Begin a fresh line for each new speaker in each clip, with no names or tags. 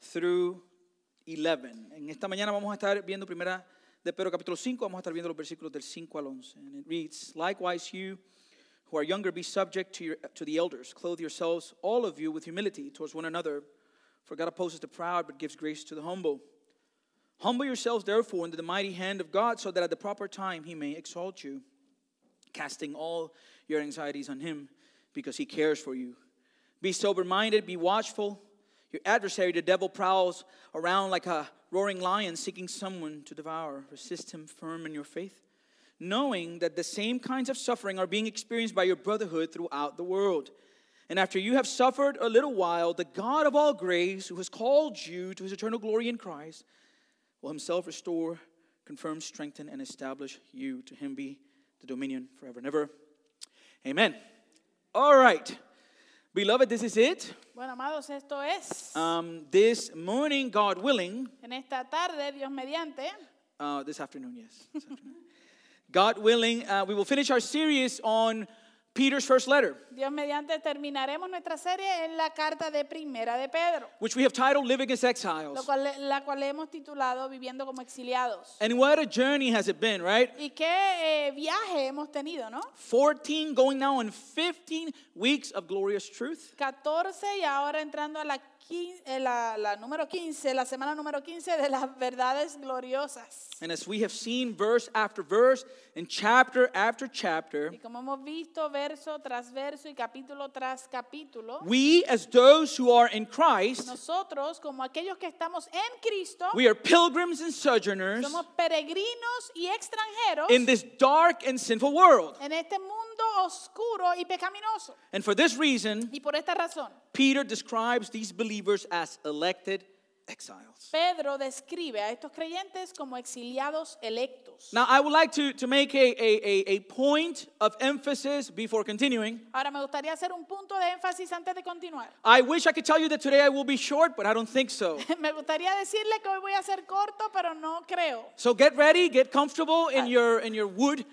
through 11. En esta mañana vamos a estar viendo primera de Pedro capítulo 5, vamos a estar viendo los versículos del 5 al 11. And it reads, Likewise you who are younger be subject to, your, to the elders. Clothe yourselves, all of you, with humility towards one another. For God opposes the proud, but gives grace to the humble. Humble yourselves, therefore, under the mighty hand of God, so that at the proper time he may exalt you, casting all your anxieties on him, because he cares for you. Be sober minded, be watchful. Your adversary, the devil, prowls around like a roaring lion seeking someone to devour. Resist him firm in your faith, knowing that the same kinds of suffering are being experienced by your brotherhood throughout the world. And after you have suffered a little while, the God of all grace, who has called you to his eternal glory in Christ, will himself restore, confirm, strengthen, and establish you. To him be the dominion forever and ever. Amen. All right. Beloved, this is it.
Bueno, amados, esto es.
Um, this morning, God willing,
En esta tarde, Dios mediante,
uh, this afternoon, yes. this afternoon. God willing, uh, we will finish our series on Peter's first letter,
Dios mediante terminaremos nuestra serie en la carta de Primera de Pedro,
which we have titled Living as
lo
Exiles.
cual, la cual hemos titulado Viviendo como exiliados.
And what a journey has it been, right?
Y qué eh, viaje hemos tenido, ¿no?
14 going now on 15 weeks of glorious truth
14 y ahora entrando a la, quin- eh, la, la número 15, la semana número 15 de las verdades gloriosas.
and as we have seen verse after verse and chapter after chapter
Y como hemos visto verso tras verso y capítulo tras capítulo,
we as those who are in Christ
nosotros como aquellos que estamos en Cristo,
we are pilgrims and sojourners
Somos peregrinos y extranjeros
in this dark and sinful world
en este mundo oscuro y pecaminoso.
and for this reason
Y por esta razón,
Peter describes these believers as elected exiles
Pedro describe a estos creyentes como exiliados electos.
now I would like to, to make a, a, a, a point of emphasis before continuing
Ahora me gustaría hacer un punto de énfasis antes de continuar.
I wish I could tell you that today I will be short but I don't think so
Me gustaría decirle que hoy voy a ser corto, pero no creo.
So get ready, get comfortable in your in your wood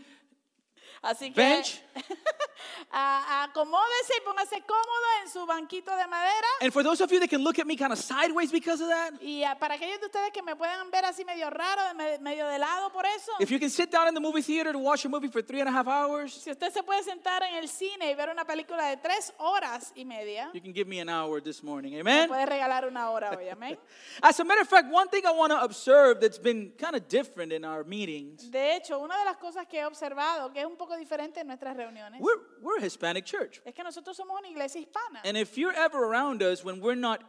Así que
bench.
a- acomódese y póngase cómodo en su banquito de madera.
And for those of you that can look at me kind of sideways because of that,
Y ah, para aquellos de ustedes que me puedan ver así medio raro, de me- medio de lado por eso,
if you can sit down in the movie theater to watch a movie for three and a half hours,
Si usted se puede sentar en el cine y ver una película de tres horas y media,
you can give me an hour this morning.
me
Amen.
puede regalar una hora hoy, amén.
As a matter of fact, one thing I want to observe that's been kind of different in our meetings,
De hecho, una de las cosas que he observado, que es un poco diferente en nuestras reuniones,
we're we're a Hispanic church.
es que nosotros somos una iglesia hispana.
And if you're ever around us when we're not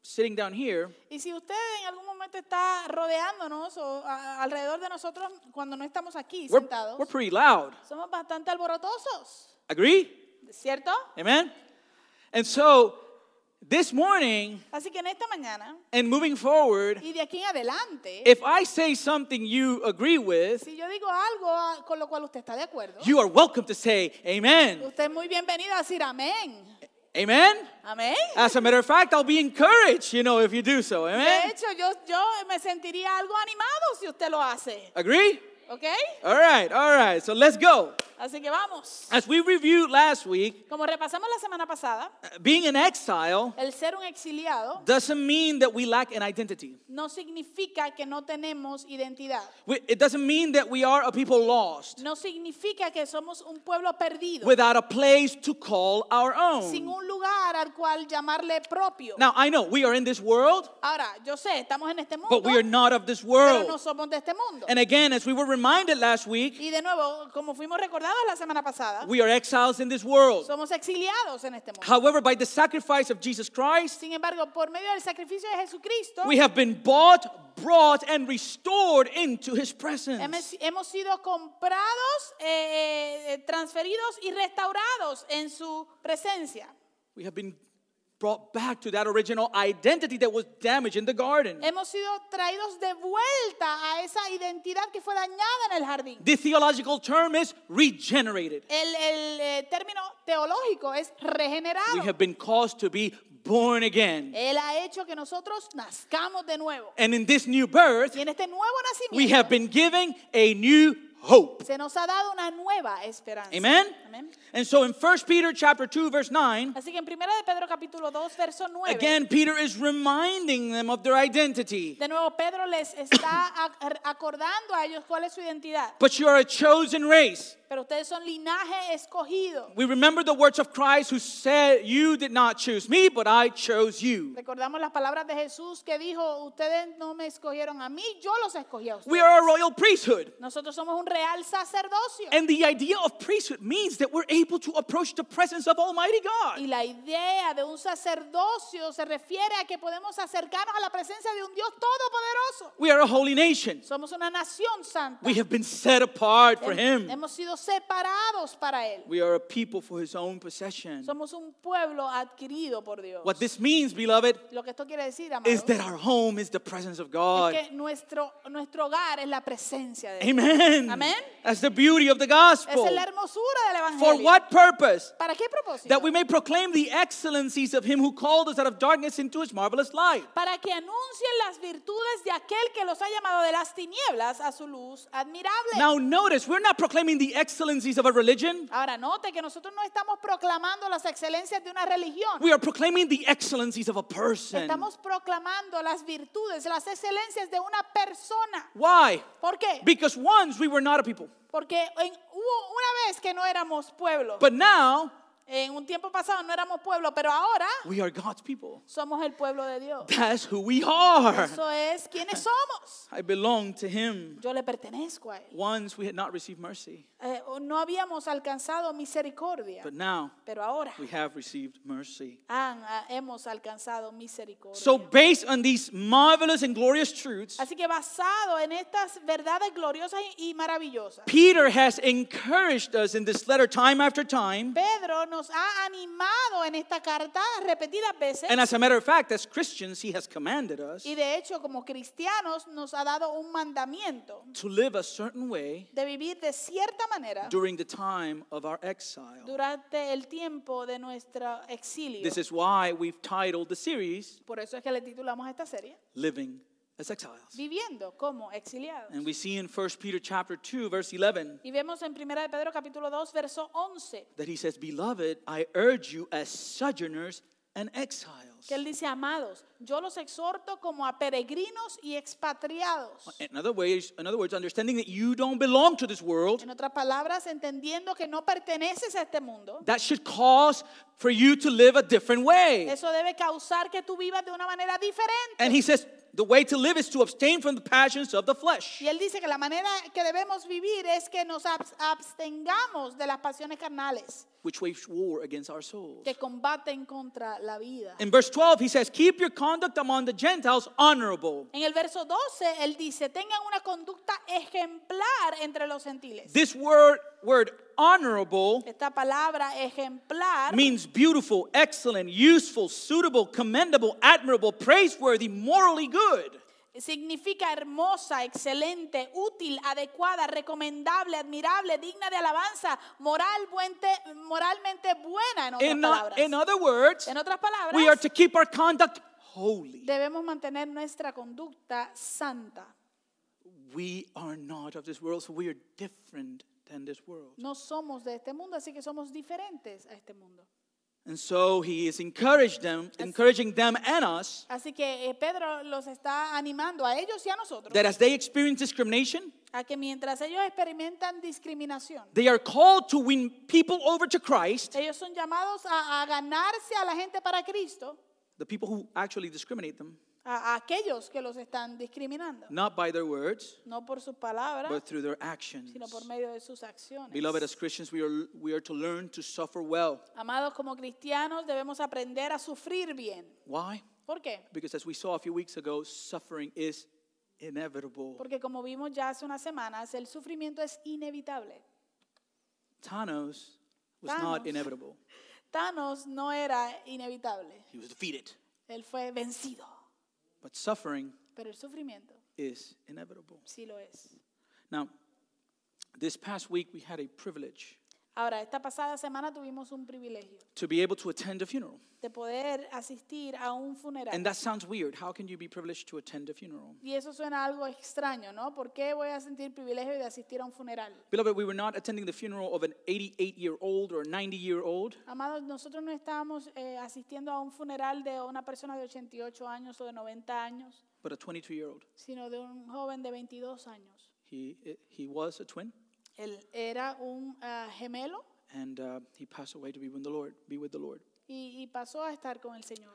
sitting down here,
Y si usted en algún momento está rodeándonos o a- alrededor de nosotros cuando no estamos aquí
we're,
sentados,
we're pretty loud.
somos bastante alborotosos,
Agree?
¿cierto?
Amen. And so this morning
Así que en esta mañana
and moving forward,
y de aquí en adelante,
If I say something you agree with,
si yo digo algo ah, con lo cual usted está de acuerdo,
you are welcome to say amen.
usted es muy bienvenido a decir amén.
Amen?
Amén.
As a matter of fact, I'll be encouraged, you know, if you do so.
De
Amen?
hecho, yo, yo me sentiría algo animado si usted lo hace,
Agree?
¿ok?
All right, all right. So let's go.
Así que vamos.
As we reviewed last week,
Como repasamos la semana pasada,
uh, being an exile
el ser un exiliado
doesn't mean that we lack an identity.
no significa que no tenemos identidad.
We- It doesn't mean that we are a people lost
No significa que somos un pueblo perdido,
without a place to call our
sin
own.
un lugar al cual llamarle propio.
Now, I know we are in this world,
Ahora, yo sé, estamos en este mundo,
but we are not of this
pero no
world.
somos de este mundo.
And again, as we were reminded last week,
Y de nuevo, como fuimos recordados la semana pasada,
We are exiles in this world.
somos exiliados en este mundo.
However, by the sacrifice of Jesus Christ,
Sin embargo, por medio del sacrificio de Jesucristo,
we have been bought, brought, and restored into His
Hemos,
presence.
hemos sido comprados, eh, eh, transferidos y restaurados en su presencia.
We have been brought back to that original identity that was damaged in the garden.
Hemos sido traídos de vuelta a esa identidad que fue dañada en el jardín.
The theological term is regenerated.
El, el, eh, término teológico es
We
regenerado.
have been caused to be born again.
Él ha hecho que nosotros nazcamos de nuevo.
And in this new birth,
Y en este nuevo
we
nacimiento
have been given a new hope.
Se nos ha dado una nueva esperanza.
Amen?
Amén.
And so in 1 Peter chapter 2 verse 9,
Así que en 1 de Pedro capítulo 2, verso 9.
again Peter is reminding them of their identity.
de nuevo, Pedro les está ac- acordando a ellos cuál es su identidad.
But you are a chosen race.
Pero ustedes son linaje escogido.
We remember the words of Christ who said, "You did not choose me, but I chose you."
Recordamos las palabras de Jesús que dijo, ustedes no me escogieron a mí, yo los escogí a ustedes.
We are a royal priesthood.
Nosotros somos un real sacerdocio.
And the idea of priesthood means that we're able to approach the presence of Almighty God.
Y la idea de un sacerdocio se refiere a que podemos acercarnos a la presencia de un Dios todopoderoso.
We are a holy nation.
Somos una nación santa.
We have been set apart for
Hem-
Him.
Hemos sido separados para Él.
We are a people for His own possession.
Somos un pueblo adquirido por Dios.
What this means, beloved,
Lo que esto quiere decir, amados,
is that our home is the presence of God.
es que nuestro, nuestro hogar es la presencia de Dios.
Amen.
Amen.
That's the beauty of the
Esa
gospel.
es la hermosura del
For
Evangelio.
what purpose?
¿Para qué propósito?
That we may proclaim the excellencies of Him who called us out of darkness into His marvelous light.
Para que anuncien las virtudes de aquel que los ha llamado de las tinieblas a su luz admirable.
Now, notice, we're not proclaiming the excellencies of a religion.
Ahora, note que nosotros no estamos proclamando las excelencias de una religión.
We are proclaiming the excellencies of a person.
Estamos proclamando las virtudes, las excelencias de una persona.
Why?
¿Por qué?
Because once we were not a people,
Porque en- hubo una vez que no éramos pueblo.
but now
En un tiempo pasado no éramos pueblo, pero ahora
we are God's people.
somos el pueblo de Dios.
That's who we are.
Eso es quienes somos.
I belong to Him.
Yo le pertenezco a Él.
Once we had not received mercy,
Eh, no habíamos alcanzado misericordia,
but now
pero ahora
we have received mercy.
han- ah, hemos alcanzado misericordia.
So, based on these marvelous and glorious truths,
Así que basado en estas verdades gloriosas y y maravillosas,
Peter has encouraged us in this letter time after time.
Pedro nos ha animado en esta carta repetidas veces
And as a matter of fact, as Christians, he has commanded us
y de hecho como cristianos nos ha dado un mandamiento
to live a certain way
de vivir de cierta manera
during the time of our exile.
durante el tiempo de nuestro exilio.
This is why we've titled the series
Por eso es que le titulamos a esta serie
Living as Exiles.
Viviendo como exiliados.
And we see in 1 Peter chapter 2 verse 11
Y vemos en 1 de Pedro capítulo 2 verso 11
that he says, "Beloved, I urge you as sojourners and exiles."
que él dice, "Amados, yo los exhorto como a peregrinos y expatriados."
In other ways, in other words, understanding that you don't belong to this world,
En otras palabras, entendiendo que no perteneces a este mundo,
that should cause for you to live a different way.
eso debe causar que tú vivas de una manera diferente.
And he says, "The way to live is to abstain from the passions of the flesh."
Y él dice que la manera que debemos vivir es que nos abs- abstengamos de las pasiones carnales
which wage war against our souls.
que combaten contra la vida.
In verse 12, he says, Keep your conduct among the Gentiles honorable.
En el verso 12, él dice, tengan una conducta ejemplar entre los gentiles.
This word, word honorable
Esta palabra ejemplar
means beautiful, excellent, useful, suitable, commendable, admirable, praiseworthy, morally good.
significa hermosa, excelente, útil, adecuada, recomendable, admirable, digna de alabanza, moral, buente- moralmente buena, en otras
In, o-
palabras.
in other words,
en otras palabras,
we are to keep our conduct holy.
debemos mantener nuestra conducta santa.
We are not of this world, so we are different than this world.
No somos de este mundo, así que somos diferentes a este mundo.
And so he is encouraged them, encouraging them and us
Así que eh, Pedro los está animando a ellos y a nosotros.
that as they experience discrimination,
a que mientras ellos experimentan discriminación,
They are called to win people over to Christ,
ellos son llamados a, a ganarse a la gente para Cristo,
the people who actually discriminate them,
a, a aquellos que los están discriminando,
not by their words,
no por sus palabras,
but through their actions.
sino por medio de sus acciones.
Beloved, as Christians, we are, we are to learn to suffer well.
Amados como cristianos, debemos aprender a sufrir bien.
Why?
¿Por qué?
Because as we saw a few weeks ago, suffering is inevitable.
Porque como vimos ya hace unas semanas, el sufrimiento es inevitable.
Thanos was not
Thanos.
inevitable,
Thanos no era inevitable,
he was defeated.
él fue vencido,
But suffering
pero el sufrimiento
is inevitable.
sí lo es.
Now, this past week, we had a privilege
Ahora, esta pasada semana tuvimos un privilegio
to be able to attend a funeral.
de poder asistir a un
And
funeral.
that sounds weird. How can you be privileged to attend a funeral?
Y eso suena algo extraño, ¿no? ¿Por qué voy a sentir privilegio de asistir a un funeral?
Beloved, we were not attending the funeral of an 88 year old or 90 year old.
Amados, nosotros no estábamos eh, asistiendo a un funeral de una persona de 88 años o de 90 años,
but a 22 year old.
sino de un joven de 22 años.
He, eh, he was a twin,
Él era un ah, gemelo
and uh, he passed away to be with the Lord. Be with the Lord.
y, y pasó a estar con el Señor.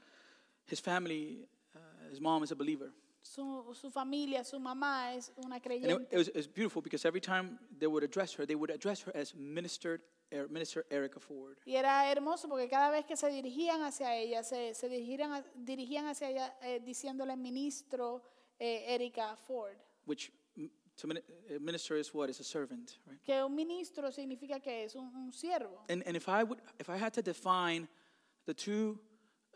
His family, uh, his mom is a believer,
Su, su familia, su mamá es una
and it,
creyente.
it, was, it was beautiful because every time they would address her, they would address her as Minister er, Minister Erica Ford.
Y era hermoso porque cada vez que se dirigían hacia ella, se, se dirigían, a- dirigían hacia ella eh, diciéndole ministro eh, Erika Ford.
Which m- to mini- a minister is what is a servant, right?
Que un ministro significa que es un, un siervo.
And and if I would, if I had to define the two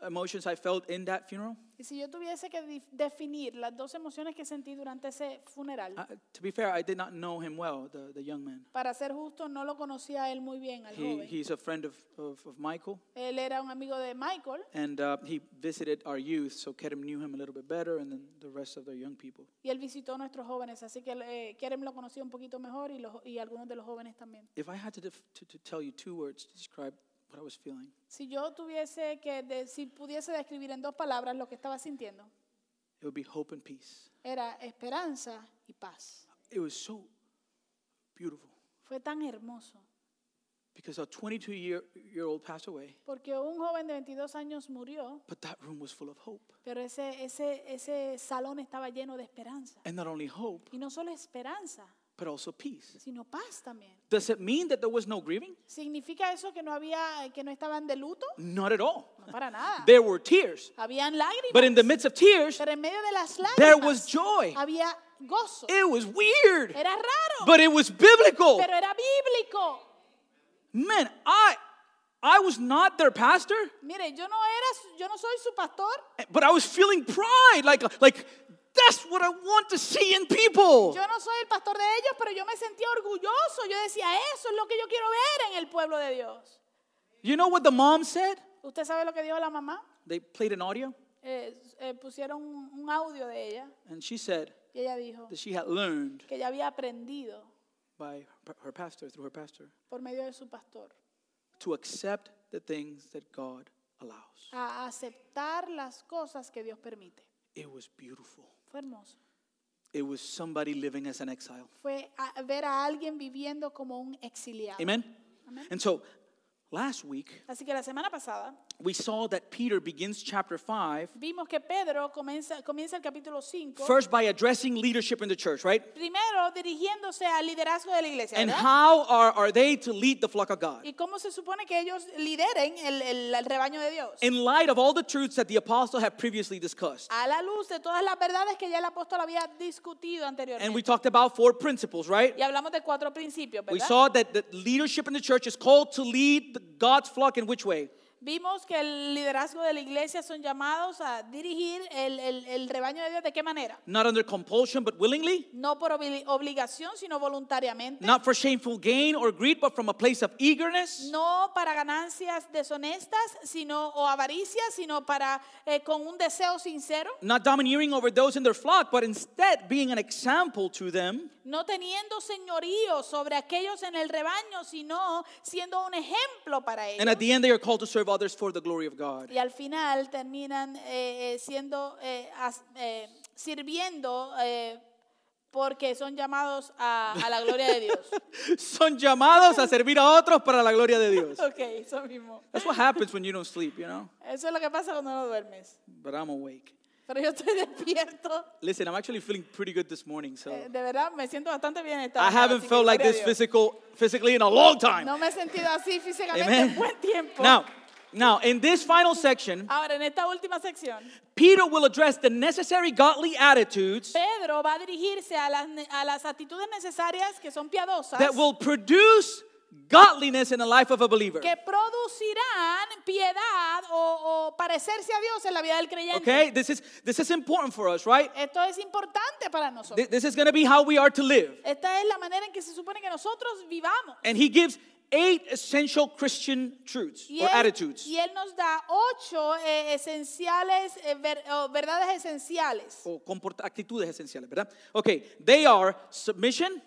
emotions I felt in that funeral,
Y si yo tuviese que dif- definir las dos emociones que sentí durante ese funeral,
I, Uh, to be fair, I did not know him well, the, the young man.
para ser justo, no lo conocía a él muy bien, al
He,
joven.
he's a friend of, of, of Michael.
él era un amigo de Michael
And uh, he visited our youth, so Kerem knew him a little bit better, and then the rest of the young people.
y él visitó a nuestros jóvenes, así que eh, Kerem lo conocía un poquito mejor y, los- y algunos de los jóvenes también.
If I had to, def- to, to tell you two words to describe what I was feeling,
Si yo tuviese que, de- si pudiese describir en dos palabras lo que estaba sintiendo,
it would be hope and peace.
era esperanza y paz.
It was so beautiful
Fue tan hermoso,
because a 22 year, year old passed away,
porque un joven de 22 años murió,
but that room was full of hope.
pero ese, ese, ese salón estaba lleno de esperanza.
And not only hope,
Y no solo esperanza,
but also peace.
sino paz también.
Does it mean that there was no grieving?
¿Significa eso que no había eh, que no estaban de luto?
Not at all.
No para nada.
There were tears,
Habían lágrimas.
but in the midst of tears,
pero en medio de las
there was
lágrimas
joy.
había gozo.
It was weird,
Era raro,
but it was biblical.
pero era bíblico.
Man, I I was not their pastor,
Mire, yo no era su- yo no soy su pastor.
but I was feeling pride like like that's what I want to see in people.
Yo no soy el pastor de ellos, pero yo me sentía orgulloso. Yo decía, eso es lo que yo quiero ver en el pueblo de Dios.
You know what the mom said?
¿Usted sabe lo que dijo la mamá?
They played an audio
Eh, eh, pusieron un un audio de ella
and she said
y ella dijo
that she had learned
que ella había aprendido
by her- her pastor through her pastor
por medio de su pastor
to accept the things that God allows.
a aceptar las cosas que Dios permite.
It was beautiful.
Fue hermoso.
It was somebody living as an exile.
Fue a- ver a alguien viviendo como un exiliado.
Amen.
Amen.
And so last week
Así que la semana pasada
we saw that Peter begins chapter 5
vimos que Pedro comienza, comienza el capítulo 5,
first by addressing leadership in the church, right?
primero dirigiéndose al liderazgo de la iglesia.
And
¿verdad?
how are, are they to lead the flock of God?
¿Y cómo se supone que ellos lideren el, el- el rebaño de Dios?
In light of all the truths that the apostle had previously discussed.
A la luz de todas las verdades que ya el apóstol había discutido
And we
anteriormente.
talked about four principles, right?
Y hablamos de cuatro principios,
We
¿verdad?
saw that the leadership in the church is called to lead the- God's flock in which way?
Vimos que el liderazgo de la iglesia son llamados a dirigir el, el- el rebaño de Dios. ¿De qué manera?
Not under compulsion, but willingly.
No por obli- obligación, sino voluntariamente.
Not for shameful gain or greed, but from a place of eagerness.
No para ganancias deshonestas, sino o avaricia, sino para eh, con un deseo sincero,
Not domineering over those in their flock, but instead being an example to them
no teniendo señorío sobre aquellos en el rebaño, sino siendo un ejemplo para ellos.
And at the end, they are called to serve others for the glory of God.
y al final terminan eh, eh, siendo eh, as- eh, sirviendo eh, porque son llamados a, a la gloria de Dios.
Son llamados a servir a otros para la gloria de Dios.
ok, eso mismo.
That's what happens when you don't sleep, you know?
Eso es lo que pasa cuando no duermes.
But I'm awake.
Pero yo estoy despierto.
Listen, I'm actually feeling pretty good this morning, so
Eh, De verdad, me siento bastante bien esta
I
mañana,
haven't
así que
felt like
gloria a
this
Dios.
physical, physically in a long time.
No me he sentido así físicamente en
Amen.
buen tiempo.
Now, now, in this final section,
Ahora, en esta última sección,
Peter will address the necessary godly attitudes
Pedro va a dirigirse a las, ne- a las actitudes necesarias que son piadosas,
that will produce godliness in the life of a believer.
que producirán piedad o, o parecerse a Dios en la vida del creyente.
Okay? This is this is important for us, right?
Esto es importante para nosotros.
Th- This is going to be how we are to live.
Esta es la manera en que se supone que nosotros vivamos.
And he gives eight essential Christian truths
Y
or
él,
attitudes
y él nos da ocho eh, esenciales, eh, ver- oh, verdades esenciales.
o comporta- actitudes esenciales, ¿verdad? Okay, they are submission,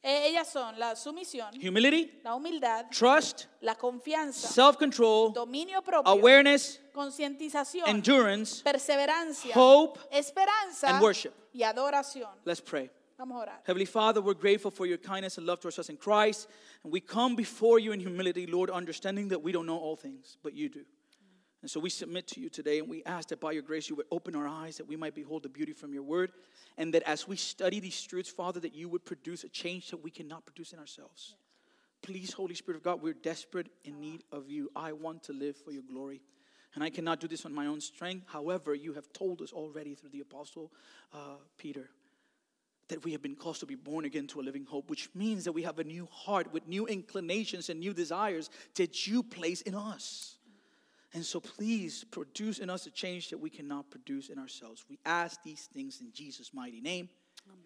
Eh, ellas son la sumisión,
humility,
la humildad,
trust,
la confianza,
self-control,
dominio propio,
awareness,
concientización,
endurance,
perseverancia,
hope,
esperanza
and worship.
y adoración.
Let's pray.
Vamos a orar.
Heavenly Father, we're grateful for your kindness and love towards us in Christ. And we come before you in humility, Lord, understanding that we don't know all things, but you do. And so we submit to you today and we ask that by your grace you would open our eyes that we might behold the beauty from your word. And that as we study these truths, Father, that you would produce a change that we cannot produce in ourselves. Please, Holy Spirit of God, we're desperate in need of you. I want to live for your glory. And I cannot do this on my own strength. However, you have told us already through the Apostle uh, Peter that we have been caused to be born again to a living hope, which means that we have a new heart with new inclinations and new desires that you place in us. And so please produce in us a change that we cannot produce in ourselves. We ask these things in Jesus' mighty name.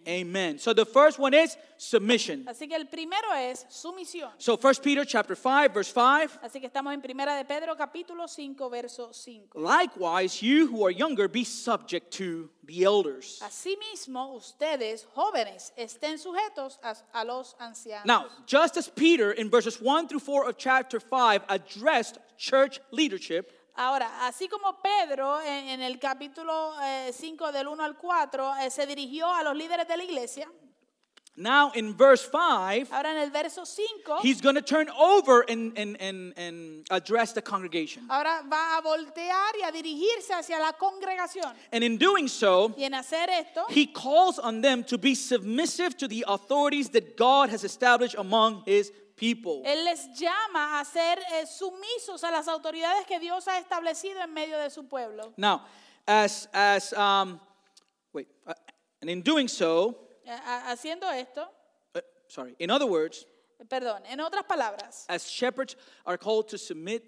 Amen. So the first one is submission.
Así que el primero es sumisión.
So 1 Peter chapter 5 verse 5,
Así que estamos en Primera de Pedro capítulo 5 verso 5.
likewise you who are younger be subject to the elders.
Asimismo, ustedes jóvenes estén sujetos a, a los ancianos.
Now, just as Peter in verses 1 through 4 of chapter 5 addressed church leadership,
Ahora, así como Pedro en, en el capítulo 5 del 1 al 4 eh, se dirigió a los líderes de la iglesia,
Now in verse 5,
ahora en el verso 5,
he's going to turn over and, and, and, and address the congregation.
ahora va a voltear y a dirigirse hacia la congregación.
And in doing so,
Y en hacer esto,
he calls on them to be submissive to the authorities that God has established among his people.
él les llama a ser eh, sumisos a las autoridades que Dios ha establecido en medio de su pueblo.
Now, as, as, um, wait, uh, and in doing so,
Eh, a- haciendo esto,
uh, sorry, in other words,
eh, perdón, en otras palabras,
as shepherds are called to submit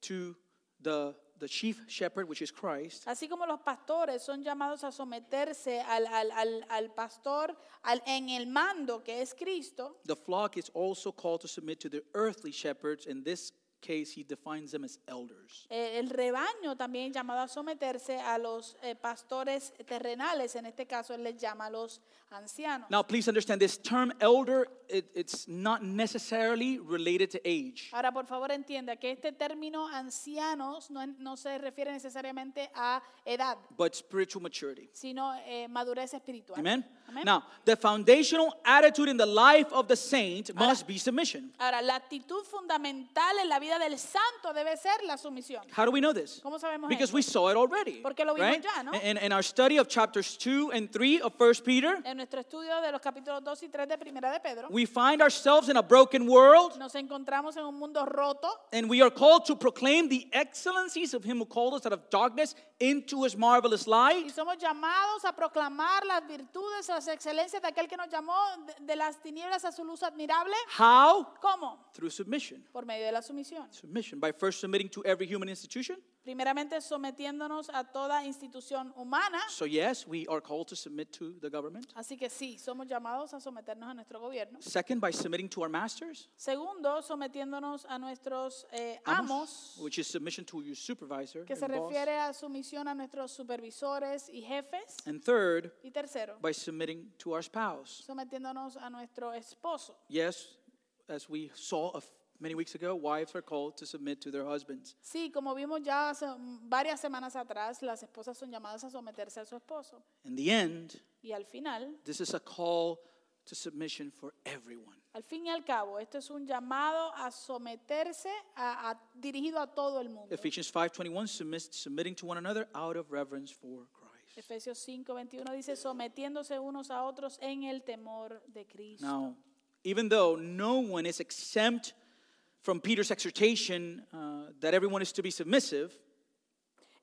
to the, the chief shepherd, which is Christ,
Así como los pastores son llamados a someterse al, al- al- al pastor al- en el mando que es Cristo,
The flock is also called to submit to the earthly shepherds. In this case, he defines them as elders.
eh, el rebaño también es llamado a someterse a los eh, pastores terrenales, en este caso él les llama a los ancianos.
Now, please understand this term elder, it, it's not necessarily related to age.
Ahora, por favor, entienda que este término ancianos no, en- no se refiere necesariamente a edad,
But spiritual maturity.
sino eh, madurez espiritual.
Amen?
Amén.
Now, the foundational attitude in the life of the saint must be submission.
Ahora, la actitud fundamental en la vida del santo debe ser la sumisión.
How do we know this?
¿Cómo sabemos
Because
esto?
we saw it already.
Porque lo vimos
right?
ya, ¿no?
in, in our study of chapters 2 and 3 of 1 Peter,
En nuestro estudio de los capítulos 2 y 3 de Primera de Pedro,
we find ourselves in a broken world.
nos encontramos en un mundo roto
And we are called to proclaim the excellencies of him who called us out of darkness into his marvelous
y
light.
somos llamados a proclamar las virtudes, las excelencias de aquel que nos llamó de, de las tinieblas a su luz admirable.
How?
¿Cómo?
Through submission.
Por medio de la sumisión.
Submission. By first submitting to every human institution.
Primeramente sometiéndonos a toda institución humana.
So, yes, we are called to submit to the government.
Así que sí, somos llamados a someternos a nuestro gobierno.
Second, by submitting to our masters.
Segundo, sometiéndonos a nuestros eh,
amos,
amos,
Which is submission to your supervisor.
que
and
se
boss.
refiere a sumisión a nuestros supervisores y jefes.
And third,
Y tercero,
by submitting to our spouse.
sometiéndonos a nuestro esposo.
Yes, as we saw a f- many weeks ago, wives are called to submit to their husbands.
Sí, como vimos ya hace mm, varias semanas atrás, las esposas son llamadas a someterse a su esposo.
In the end,
Y al final,
This is a call to submission for everyone.
al fin y al cabo, esto es un llamado a someterse a- a- dirigido a todo el mundo.
Ephesians 5:21 submit, submitting to one another out of reverence for Christ.
Efesios 5, 21 dice, sometiéndose unos a otros en el temor de Cristo.
Now, even though no one is exempt from Peter's exhortation uh, that everyone is to be submissive,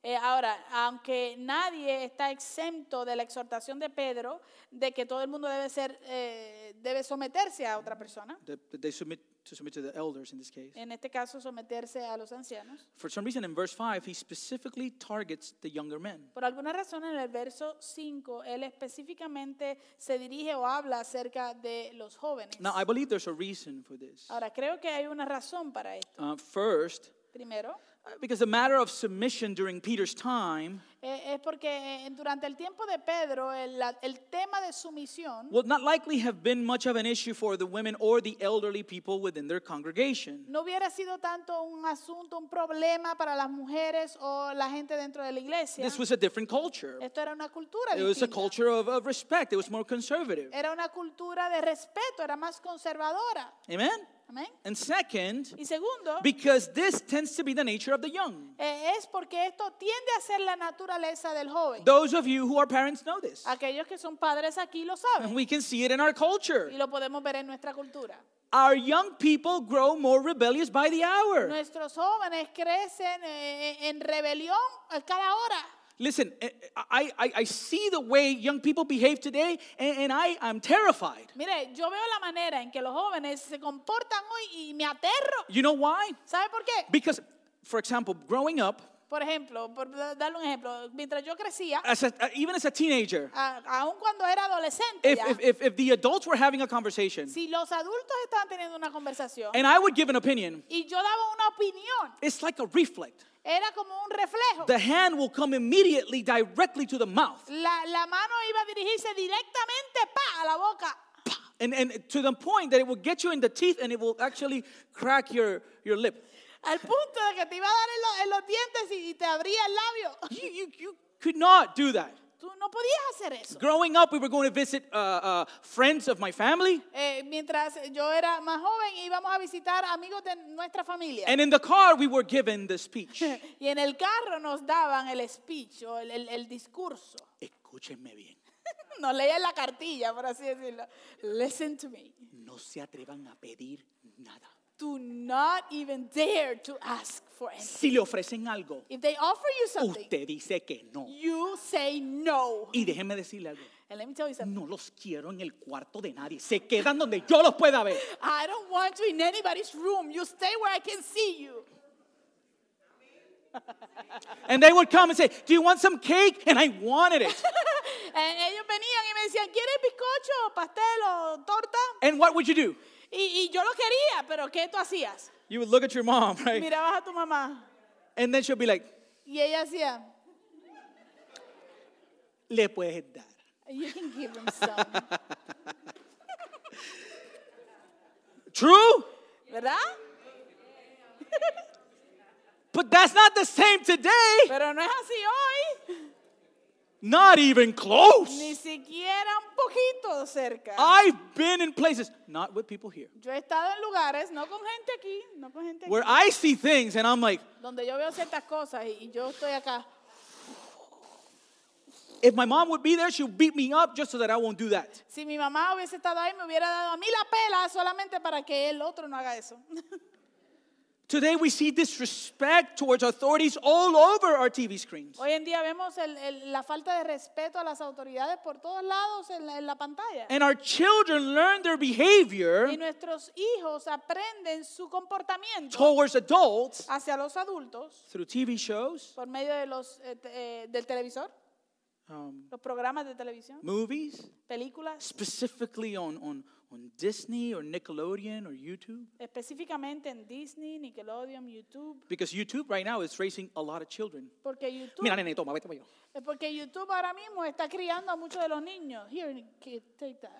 Eh, ahora, aunque nadie está exento de la exhortación de Pedro de que todo el mundo debe ser, eh, debe someterse a otra persona,
that, that they submit to submit to the elders in this case.
en este caso someterse a los ancianos.
For some reason, in verse five, he specifically targets the younger men.
Por alguna razón en el verso 5, él específicamente se dirige o habla acerca de los jóvenes.
Now, I believe there's a reason for this.
Ahora, creo que hay una razón para esto.
Uh, first,
Primero,
uh, because the matter of submission during Peter's time
eh, es porque eh, durante el tiempo de Pedro, el, la- el tema de sumisión
would not likely have been much of an issue for the women or the elderly people within their congregation.
no hubiera sido tanto un asunto, un problema para las mujeres o la gente dentro de la iglesia.
This was a different culture.
Esto era una cultura
It was a
distinta.
culture of, of respect. It was more conservative.
Era una cultura de respeto, era más conservadora.
Amen?
Amén.
And second,
Y segundo,
because this tends to be the nature of the young.
eh, es porque esto tiende a ser la naturaleza del joven.
Those of you who are parents know this.
Aquellos que son padres aquí lo
And
saben
we can see it in our culture.
y lo podemos ver en nuestra cultura.
Our young people grow more rebellious by the hour.
Nuestros jóvenes crecen eh, en rebelión a cada hora.
Listen, I, I, I see the way young people behave today, and, and I, I'm terrified.
Mire, yo veo la manera en que los jóvenes se comportan hoy y me aterro.
You know why?
¿Sabe por qué?
Because, for example, growing up,
Por ejemplo, por da- darle un ejemplo, mientras yo crecía,
as a, uh, even as a teenager,
a- aun cuando era adolescente,
if,
ya,
if, if, if the adults were having a conversation
si los adultos estaban teniendo una conversación
and I would give an opinion,
y yo daba una opinión,
it's like a reflex.
era como un reflejo.
The hand will come immediately directly to the mouth.
La, la mano iba a dirigirse directamente pa, a la boca.
And, and to the point that it will get you in the teeth and it will actually crack your, your lip.
Al punto de que te iba a dar en, lo- en los dientes y, y te abría el labio.
You, you, you could not do that.
Tú no podías hacer eso.
Growing up, we were going to visit uh, uh, friends of my family.
Eh, mientras yo era más joven íbamos a visitar amigos de nuestra familia.
And in the car, we were given the speech.
y en el carro nos daban el speech o el, el- el discurso.
Escúchenme bien.
Nos leían la cartilla, por así decirlo. Listen to me.
No se atrevan a pedir nada.
Do not even dare to ask for anything.
Si le ofrecen algo,
If they offer you something,
usted dice que no.
you say no.
Y déjeme decirle algo.
And let me tell you something.
No los quiero en el cuarto de nadie. Se quedan donde yo los pueda ver.
I don't want you in anybody's room. You stay where I can see you.
And they would come and say, Do you want some cake? And I wanted it.
Eh, ellos venían y me decían, ¿quieres bizcocho, pastel o torta?
And what would you do?
Y, y yo lo quería, pero ¿qué tú hacías?
You would look at your mom, right?
Mirabas a tu mamá
And then she'll be like,
y ella hacía,
Le puedes dar.
you can give them some.
True?
¿Verdad?
But that's not the same today.
Pero no es así hoy,
Not even
ni
close.
siquiera un poquito cerca.
I've been in places, not with people here,
Yo he estado en lugares, no con gente aquí, no con gente aquí,
where I see things and I'm like,
donde yo veo ciertas cosas y, y yo estoy acá.
if my mom would be there, she'll beat me up just so that I won't do that.
Si mi mamá hubiese estado ahí, me hubiera dado a mí la pela solamente para que el otro no haga eso.
Today we see disrespect towards authorities all over our TV screens.
Hoy en día vemos el- el- la falta de respeto a las autoridades por todos lados en la, en la pantalla.
And our children learn their behavior
Y nuestros hijos aprenden su comportamiento
towards adults
hacia los adultos
through TV shows,
por medio de los, eh, te- eh, del televisor,
um,
los programas de televisión,
movies,
películas,
specifically on, on, on Disney or Nickelodeon or YouTube.
específicamente en Disney, Nickelodeon, YouTube,
Because YouTube right now is raising a lot of children.
porque YouTube,
Mira, nene, toma, vete para allá.
eh, porque YouTube ahora mismo está criando a muchos de los niños. Here, kid, take that.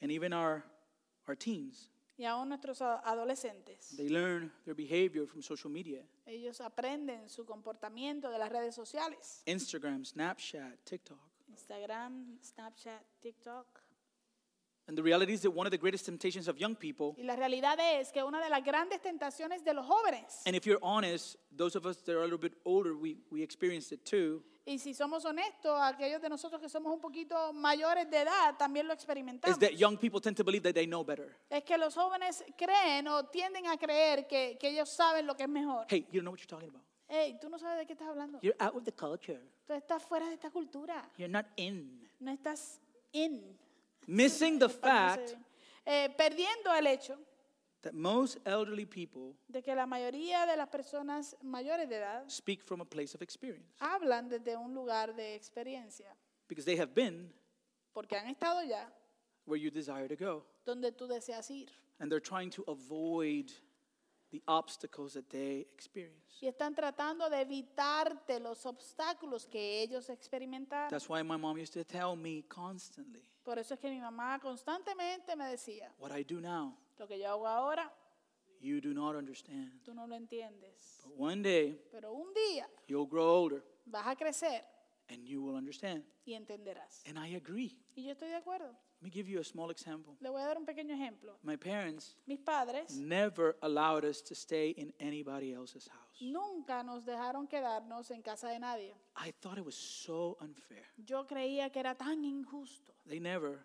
And even our, our teens,
Y aún nuestros a- adolescentes,
they learn their behavior from social media
ellos aprenden su comportamiento de las redes sociales.
Instagram, Snapchat, TikTok.
Instagram, Snapchat, TikTok.
And the reality is that one of the greatest temptations of young people,
Y la realidad es que una de las grandes tentaciones de los jóvenes,
and if you're honest, those of us that are a little bit older, we, we experienced it too,
Y si somos honestos, aquellos de nosotros que somos un poquito mayores de edad también lo experimentamos.
is that young people tend to believe that they know better.
Es que los jóvenes creen o tienden a creer que, que ellos saben lo que es mejor.
Hey, you don't know what you're talking about.
Hey, tú no sabes de qué estás hablando.
You're out of the culture.
Tú estás fuera de esta cultura.
You're not in.
No estás in.
Missing the
para que se
fact
vea. Eh, perdiendo el hecho
that most elderly people
de que la mayoría de las personas mayores de edad
speak from a place of experience
hablan desde un lugar de experiencia,
because they have been
porque han estado ya
where you desire to go.
donde tú deseas ir
And they're trying to avoid the obstacles that they experience.
y están tratando de evitarte los obstáculos que ellos experimentaron.
That's why my mom used to tell me constantly
Por eso es que mi mamá constantemente me decía,
what I do now,
lo que yo hago ahora,
you do not understand.
tú no lo entiendes,
But one day,
pero un día
you'll grow older
vas a crecer
and you will understand.
y entenderás.
And I agree.
Y yo estoy de acuerdo.
Let me give you a small example.
Le voy a dar un pequeño ejemplo.
My parents
Mis padres
never allowed us to stay in anybody else's house.
Nunca nos dejaron quedarnos en casa de nadie.
I thought it was so unfair.
Yo creía que era tan injusto.
They never,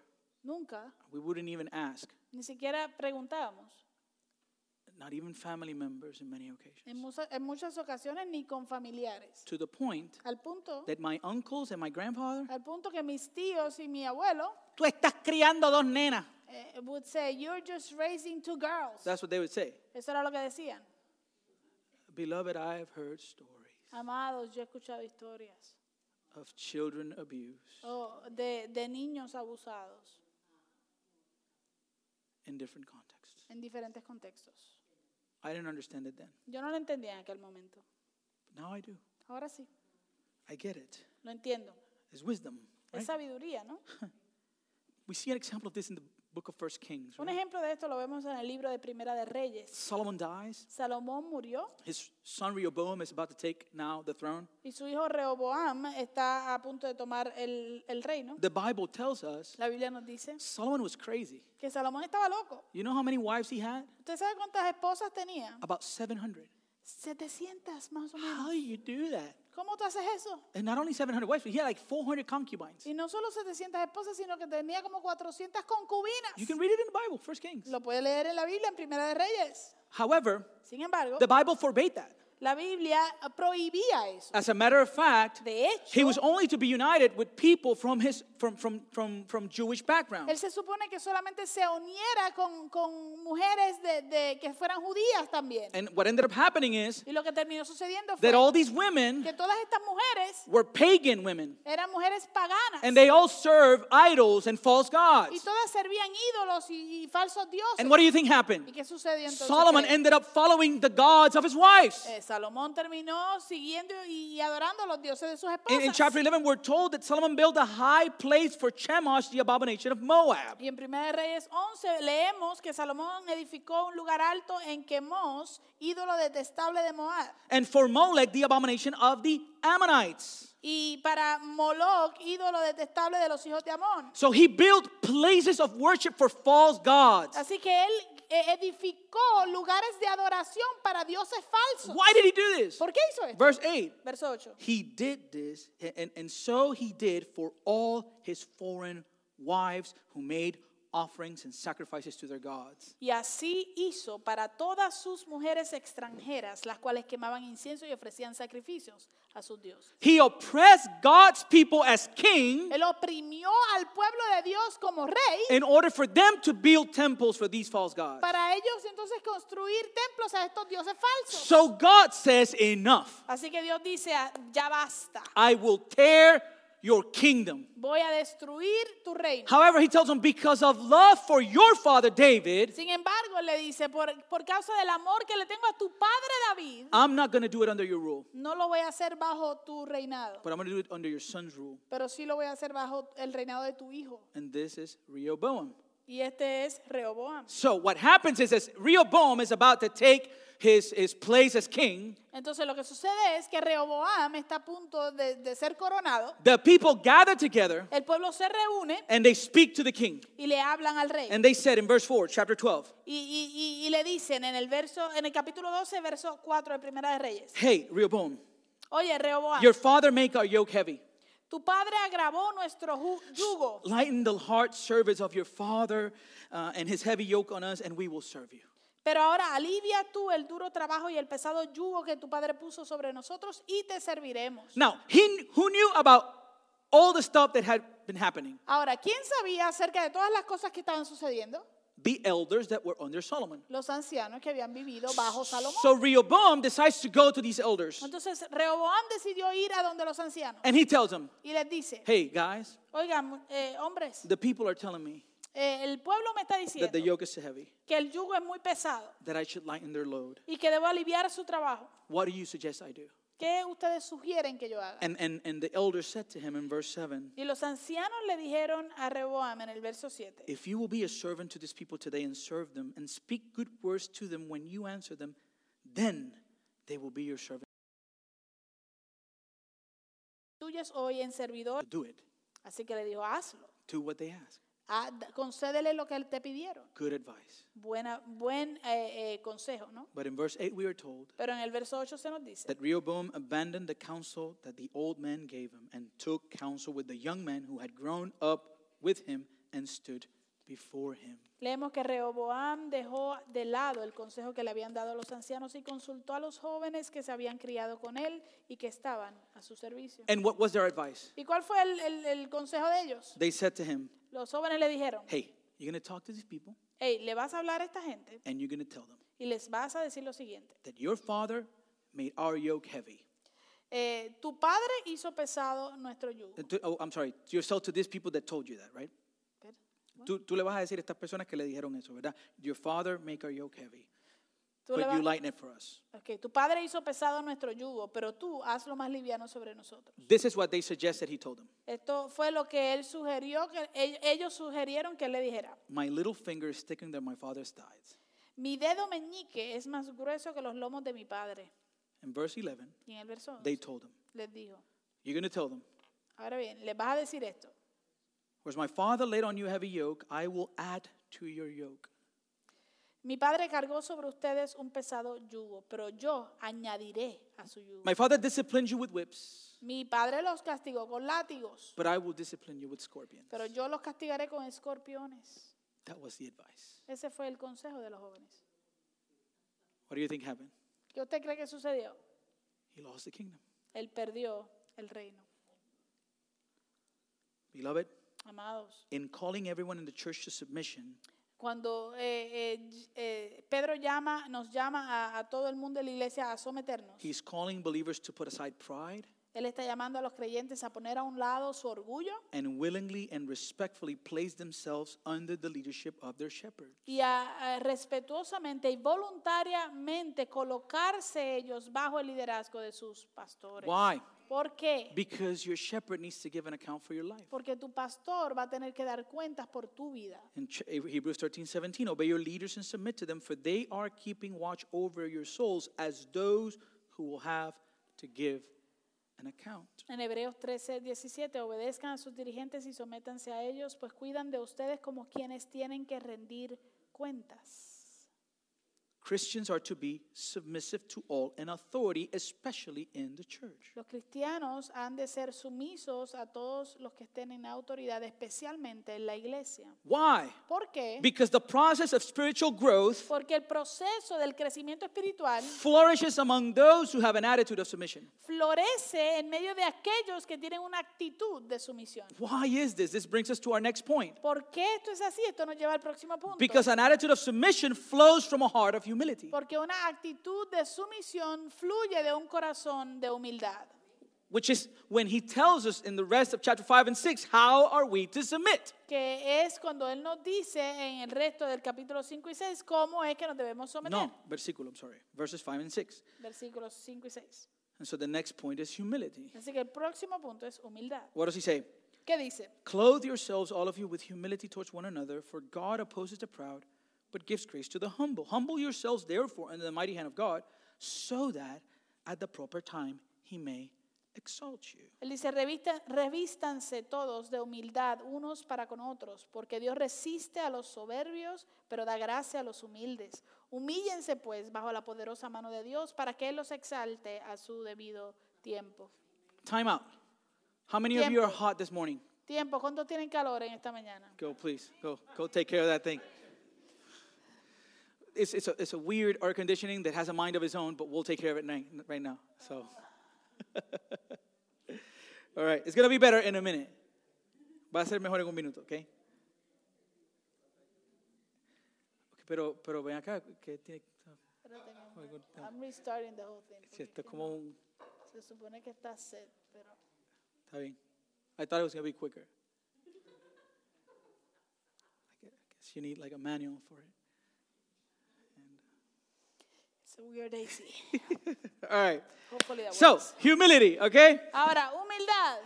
Nunca,
we wouldn't even ask,
ni siquiera preguntábamos.
not even family members in many
En,
occasions.
musa- en muchas ocasiones ni con familiares.
To the point
Al punto,
that my uncles and my grandfather,
al punto que mis tíos y mi abuelo
tú estás criando dos nenas.
eh, would say, "You're just raising two girls."
That's what they would say.
Eso era lo que decían.
Beloved, I have heard stories
Amados, yo he escuchado historias
of children abuse
oh, de, de niños abusados
in different contexts.
en diferentes contextos.
I didn't understand it then.
Yo no lo entendía en aquel momento.
But now I do.
Ahora sí,
I get it.
lo entiendo.
It's wisdom.
Es
right?
sabiduría, ¿no?
We see an example of this in the book of First Kings.
Un
right?
ejemplo de esto lo vemos en el libro de Primera de Reyes.
Solomon dies.
Salomón murió
His son Rehoboam is about to take now the throne.
y su hijo Rehoboam está a punto de tomar el, el reino.
The Bible tells us
La Biblia nos dice
Solomon was crazy.
que Salomón estaba loco.
You know how many wives he had?
¿Usted sabe cuántas esposas tenía?
About 700.
700 más o menos.
How do you do that?
¿Cómo tú haces eso?
And not only 700 wives, but he had like 400 concubines.
Y no solo 700 esposas, sino que tenía como 400 concubinas.
You can read it in the Bible, First Kings.
Lo puede leer en la Biblia, en Primera de Reyes.
However,
Sin embargo,
the Bible forbade that.
la Biblia prohibía eso.
As a matter of fact,
De
he
hecho,
was only to be united with people from his from from from, from Jewish background.
Él se supone que solamente se uniera con, con mujeres de, de- que fueran judías también.
And what ended up happening is
Y lo que terminó sucediendo fue
that all these women
que todas estas mujeres
were pagan women.
eran mujeres paganas
And they all serve idols and false
y
gods.
todas servían ídolos y, y falsos dioses.
And what do you think
¿Y
happened?
qué sucedió entonces?
Solomon
Que,
ended up following the gods of his wives.
eh, Salomón terminó siguiendo y, y adorando a los dioses de sus
In, in
esposas.
chapter 11, we're told that Solomon built a high place for Chemosh, the abomination of Moab.
y en 1 de Reyes 11 leemos que Salomón edificó un lugar alto en Quemos, ídolo detestable de Moab.
And for Molech, the abomination of the Ammonites.
Y para Moloch, ídolo detestable de los hijos de Amón.
So he built places of worship for false gods.
Así que él eh, edificó lugares de adoración para dioses falsos.
Why did he do this?
¿Por qué hizo esto?
Verse 8.
Verso 8.
He did this, a- and, and so he did for all his foreign wives who made offerings and sacrifices to their gods.
Y así hizo para todas sus mujeres extranjeras, las cuales quemaban incienso y ofrecían sacrificios a sus dioses.
He oppressed God's people as king
Él oprimió al pueblo de Dios como rey
in order for them to build temples for these false gods.
para ellos entonces construir templos a estos dioses falsos.
So God says, Enough.
Así que Dios dice, "Ah, ya basta,
I will tear your kingdom.
voy a destruir tu reino.
However, he tells them, Because of love for your father David,
Sin embargo, le dice, por, por causa del amor que le tengo a tu padre David,
I'm not going to do it under your rule,
No lo voy a hacer bajo tu reinado,
but I'm going to do it under your son's rule.
pero sí lo voy a hacer bajo el reinado de tu hijo.
And this is Rehoboam.
Y este es Rehoboam.
So what happens is as Rehoboam is about to take his, his place as king,
Entonces lo que sucede es que Rehoboam está a punto de, de ser coronado.
the people gather together
El pueblo se reúne
and they speak to the king.
y le hablan al rey.
And they said in verse 4, chapter 12,
Y, y- y- y le dicen en el verso, en el capítulo 12, verso 4 de Primera de Reyes.
Hey, Rehoboam,
Oye, Rehoboam,
Your father make our yoke heavy.
tu padre agravó nuestro ju- yugo.
Lighten the hard service of your father uh, and his heavy yoke on us, and we will serve you.
Pero ahora alivia tú el duro trabajo y el pesado yugo que tu padre puso sobre nosotros y te serviremos.
Now, he who knew about all the stuff that had been happening?
Ahora, ¿quién sabía acerca de todas las cosas que estaban sucediendo?
The elders that were under Solomon.
Los ancianos que habían vivido bajo Salomón.
So Rehoboam decides to go to these elders
Entonces Rehoboam decidió ir a donde los ancianos
and he tells them,
y les dice,
Hey, guys,
oigan, mu- eh, hombres,
the people are telling me
eh, el pueblo me está
that the
diciendo
yoke is heavy,
que el yugo es muy pesado
that I should lighten their load.
y que debo aliviar su trabajo.
What do you suggest I do?
¿Qué ustedes sugieren que yo haga?
And, and, and the elders said to him in verse 7
Y los ancianos le dijeron a Rehoboam en el verso 7,
If you will be a servant to these people today and serve them and speak good words to them when you answer them, then they will be your servant
tuyos hoy en servidor.
to do it.
Así que le dijo, hazlo,
Do what they ask.
Ah, d- concédele lo que te pidieron.
Good advice.
Buena, buen eh, eh, consejo, ¿no?
But in verse 8, we are told
Pero en el verso 8 se nos dice,
that Rehoboam abandoned the counsel that the old man gave him and took counsel with the young man who had grown up with him and stood before him.
leemos que Rehoboam dejó de lado el consejo que le habían dado los ancianos y consultó a los jóvenes que se habían criado con él y que estaban a su servicio.
And what was their advice?
¿Y cuál fue el, el- el consejo de ellos?
They said to him,
Los jóvenes le dijeron,
Hey, you're going to talk to these people
hey, le vas a hablar a esta gente
and you're going to tell them
y les vas a decir lo siguiente.
that your father made our yoke heavy.
Eh, tu padre hizo pesado nuestro yugo.
Uh, to- oh, I'm sorry, to yourself to these people that told you that, right?
Espera.
Tú, tú le vas a decir a estas personas que le dijeron eso, ¿verdad? Your father make our yoke heavy,
Tú le
but you
vas-
lighten it for us.
Ok, tu padre hizo pesado nuestro yugo, pero tú hazlo más liviano sobre nosotros.
This is what they suggested he told them.
Esto fue lo que él sugirió, que ell- ellos sugirieron que él le dijera.
My little finger is sticking to my father's thighs.
Mi dedo meñique es más grueso que los lomos de mi padre.
In verse 11,
Y en el verso 11
they told him,
les dijo,
You're going to tell them,
ahora bien, les vas a decir esto.
Whereas my father laid on you a heavy yoke, I will add to your yoke.
Mi padre cargó sobre ustedes un pesado yugo, pero yo añadiré a su yugo.
My father disciplined you with whips,
Mi padre los castigó con látigos,
but I will discipline you with scorpions.
pero yo los castigaré con escorpiones.
That was the advice.
Ese fue el consejo de los jóvenes.
What do you think happened?
¿Qué usted cree que sucedió?
He lost the kingdom.
Él perdió el reino.
Beloved,
Amados,
in calling everyone in the church to submission,
cuando eh, eh, y- eh, Pedro llama, nos llama a, a todo el mundo de la iglesia a someternos,
he's calling believers to put aside pride
él está llamando a los creyentes a poner a un lado su orgullo
and willingly and respectfully place themselves under the leadership of their shepherd.
y a, a respetuosamente y voluntariamente colocarse ellos bajo el liderazgo de sus pastores.
Why?
¿Por qué?
Because your shepherd needs to give an account for your life.
Porque tu pastor va a tener que dar cuentas por tu vida.
In Ch- Hebrews 13, 17, obey your leaders and submit to them, for they are keeping watch over your souls as those who will have to give an account.
En Hebreos 13, 17, obedezcan a sus dirigentes y sométanse a ellos, pues cuidan de ustedes como quienes tienen que rendir cuentas.
Christians are to be submissive to all in authority, especially in the church.
Los cristianos han de ser sumisos a todos los que estén en autoridad, especialmente en la iglesia.
Why?
¿Por qué?
Because the process of spiritual growth
Porque el proceso del crecimiento espiritual
flourishes among those who have an attitude of submission.
florece en medio de aquellos que tienen una actitud de sumisión.
Why is this? This brings us to our next point.
¿Por qué esto es así? Esto nos lleva al próximo punto.
Because an attitude of submission flows from a heart of humility.
Porque una actitud de sumisión fluye de un corazón de humildad.
which is when he tells us in the rest of chapter 5 and 6 how are we to submit
que es cuando él nos dice en el resto del capítulo 5 y 6 cómo es que nos debemos someter.
no versículo i'm sorry verses 5 and 6
Versículos 5 y 6.
and so the next point is humility
Así que el próximo punto es humildad.
what does he say
¿Qué dice?
clothe yourselves all of you with humility towards one another for god opposes the proud but gives grace to the humble humble yourselves therefore under the mighty hand of god so that at the proper time he may exalt you
Él dice, "Revista- revístanse todos de humildad unos para con otros, porque Dios resiste a los soberbios, pero da gracia a los humildes. Humíllense pues bajo la poderosa mano de Dios para que Él los exalte a su debido Tiempo.
Time out. How many of you are hot this morning?
Tiempo. ¿Cuántos tienen calor en esta mañana?
Go, please. Go. Go take care of that thing. It's, it's, a, it's a weird air conditioning that has a mind of its own, but we'll take care of it ni- right now. So, all right. It's going to be better in a minute. Va a ser mejor en un minuto, ¿ok? Ok, Pero, pero ven acá, que tiene.
Espérate, mi amor.
Muy good.
I'm restarting the whole thing.
Sí, esto
porque
es como un-
Se supone que está set, pero
Está bien. I thought it was going to be quicker. I gue- I guess you need like a manual for it.
it's a weird AC.
All right.
Hopefully that
So,
works.
humility, okay?
Ahora, humildad.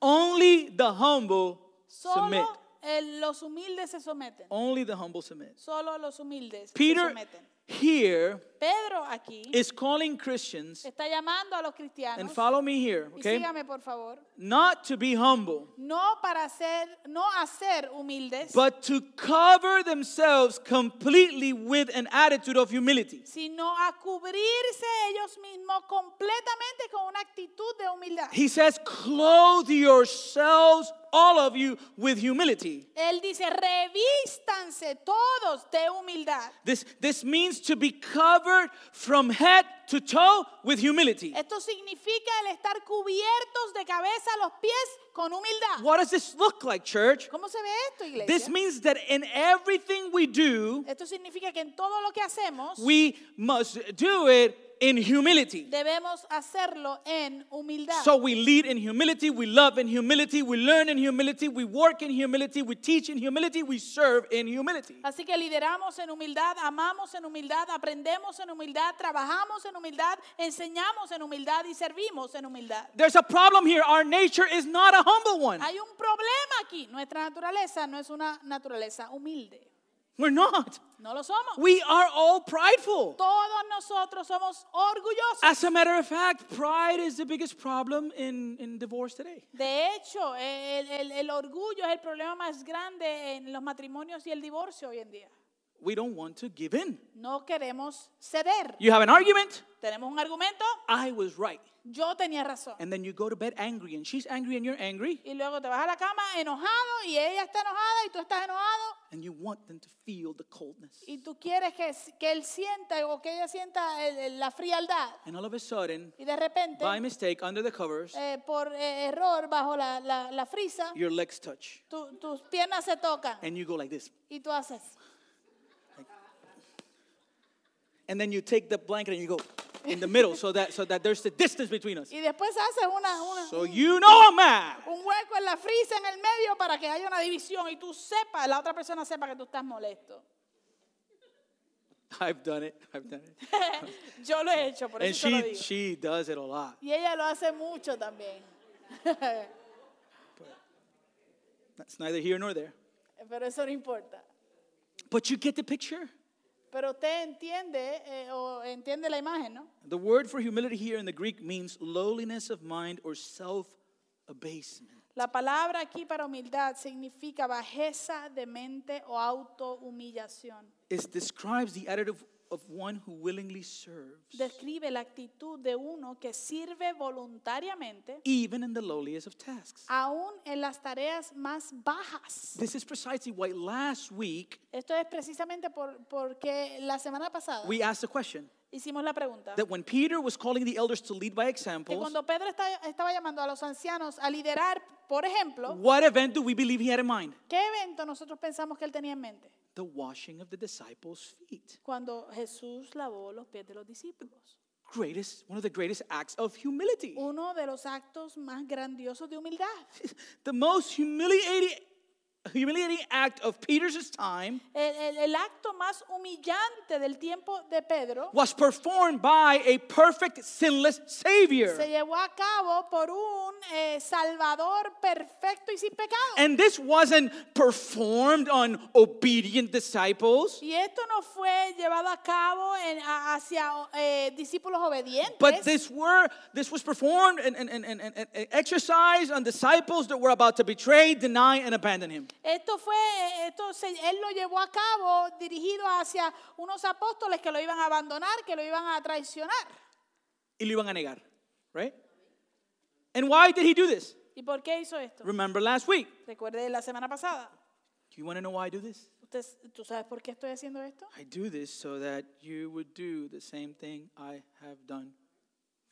Only the humble
Solo
submit.
eh, los humildes se someten.
Only the humble submit.
Solo los humildes se
Peter
someten.
here
Pedro aquí
is calling Christians,
está llamando a los cristianos.
and follow me here,
Y
okay?
sígame, por favor.
Not to be humble,
No para ser, no a ser humildes,
but to cover themselves completely with an attitude of humility.
sino a cubrirse ellos mismos completamente con una actitud de humildad.
He says, clothe yourselves, all of you, with humility.
Él dice, revístanse todos de humildad.
This, this means to be covered from head to toe with humility.
Esto significa el estar cubiertos de cabeza a los pies con humildad.
What does this look like, church?
¿Cómo se ve esto, iglesia?
This means that in everything we do,
esto significa que en todo lo que hacemos
we must do it in humility.
debemos hacerlo en humildad.
So we lead in humility, we love in humility, we learn in humility, we work in humility, we teach in humility, we serve in humility.
Así que lideramos en humildad, amamos en humildad, aprendemos en humildad, trabajamos en humildad, enseñamos en humildad y servimos en humildad.
There's a problem here. Our nature is not a humble one.
Hay un problema aquí. Nuestra naturaleza no es una naturaleza humilde.
We're not.
No lo somos.
We are all prideful.
Todos nosotros somos orgullosos.
As a matter of fact, pride is the biggest problem in, in divorce today.
De hecho, el, el- el orgullo es el problema más grande en los matrimonios y el divorcio hoy en día.
We don't want to give in.
No queremos ceder.
You have an argument,
Tenemos un argumento,
I was right.
yo tenía razón.
And then you go to bed angry, and she's angry, and you're angry,
Y luego te vas a la cama enojado y ella está enojada y tú estás enojado
and you want them to feel the coldness.
y tú quieres que, que él sienta o que ella sienta el- el- la frialdad.
And all of a sudden,
Y de repente,
by mistake, under the covers,
eh, por eh, error, bajo la, la, la frisa,
your legs touch,
tu- tus piernas se tocan
and you go like this.
y tú haces.
And then you take the blanket and you go in the middle so that, so that there's the distance between us.
Y después haces una, una,
So you know I'm mad.
un hueco en la frisa en el medio para que haya una división y tú sepas, la otra persona sepa que tú estás molesto.
I've done it. I've done it.
Yo lo he hecho, por
And
eso te lo
she,
digo.
she does it a lot.
Y ella lo hace mucho también.
That's neither here nor there.
Pero eso no importa.
But you get the picture?
Pero usted entiende eh, o entiende la imagen, ¿no?
The word for humility here in the Greek means lowliness of mind or self abasement.
La palabra aquí para humildad significa bajeza de mente o autohumillación.
It describes the attitude of one who willingly serves,
Describe la actitud de uno que sirve voluntariamente
even in the lowliest of tasks.
aún en las tareas más bajas.
This is precisely why last week
Esto es precisamente por, porque la semana pasada
we asked the question
hicimos la pregunta
that when Peter was calling the elders to lead by
que
examples,
cuando Pedro esta- estaba llamando a los ancianos a liderar, por ejemplo,
what event do we believe he had in mind?
¿qué evento nosotros pensamos que él tenía en mente?
The washing of the disciples' feet.
Cuando Jesús lavó los pies de los discípulos.
Greatest, one of the greatest acts of humility.
Uno de los actos más grandiosos de humildad.
The most humiliating, humiliating act of Peter's time
El, el- el acto más humillante del tiempo de Pedro
was performed by a perfect, sinless
se
Savior.
llevó a cabo por un eh, Salvador perfecto y sin pecado.
And this wasn't performed on obedient disciples,
Y esto no fue llevado a cabo en- a- hacia eh, discípulos obedientes,
but this were this was performed and an, an, an, an an exercise on disciples that were about to betray, deny, and abandon him.
Esto fue, eh, esto se- él lo llevó a cabo dirigido hacia unos apóstoles que lo iban a abandonar, que lo iban a traicionar
Y lo iban a negar, right? And why did he do this?
¿Y por qué hizo esto?
Remember last week.
Recuerde la semana pasada.
Do you want to know why I do this?
¿Usted, ¿Tú sabes por qué estoy haciendo esto?
I do this so that you would do the same thing I have done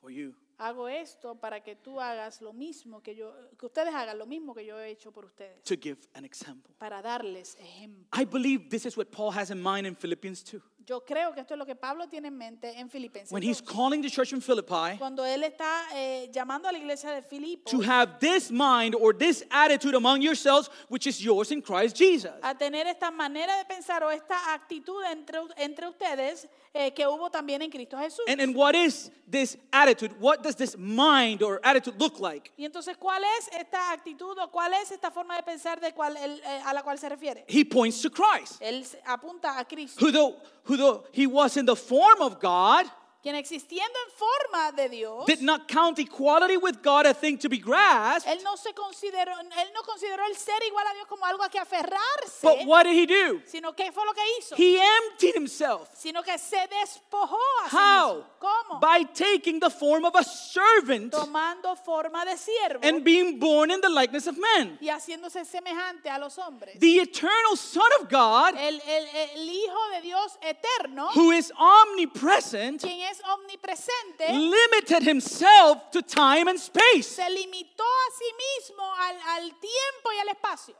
for you.
Hago esto para que tú hagas lo mismo que yo, que ustedes hagan lo mismo que yo he hecho por ustedes,
To give an example.
para darles ejemplo.
I believe this is what Paul has in mind in Philippians 2.
Yo creo que esto es lo que Pablo tiene en mente en Filipenses.
When he's
2.
calling the church in Philippi
Cuando él está eh, llamando a la iglesia de Filipo
to have this mind or this attitude among yourselves, which is yours in Christ Jesus.
a tener esta manera de pensar o esta actitud entre, entre ustedes eh, que hubo también en Cristo Jesús.
And, and what is this attitude? What does this mind or attitude look like?
y entonces, ¿cuál es esta actitud o cuál es esta forma de pensar de cual, él, eh, a la cual se refiere?
He points to Christ,
Él se- apunta a Cristo,
who though, who though he was in the form of God,
quien existiendo en forma de Dios,
did not count equality with God a thing to be grasped.
él no se consideró, él no consideró el ser igual a Dios como algo a que aferrarse,
But what did he do?
sino que fue lo que hizo,
He emptied himself.
sino que se despojó a sí
How?
mismo. ¿Cómo?
By taking the form of a servant
Tomando forma de siervo
and being born in the likeness of men.
y haciéndose semejante a los hombres.
The eternal Son of God,
El, el- el Hijo de Dios eterno,
who is omnipresent,
quien es omnipresente,
limited himself to time and space.
se limitó a sí mismo al, al tiempo y al espacio.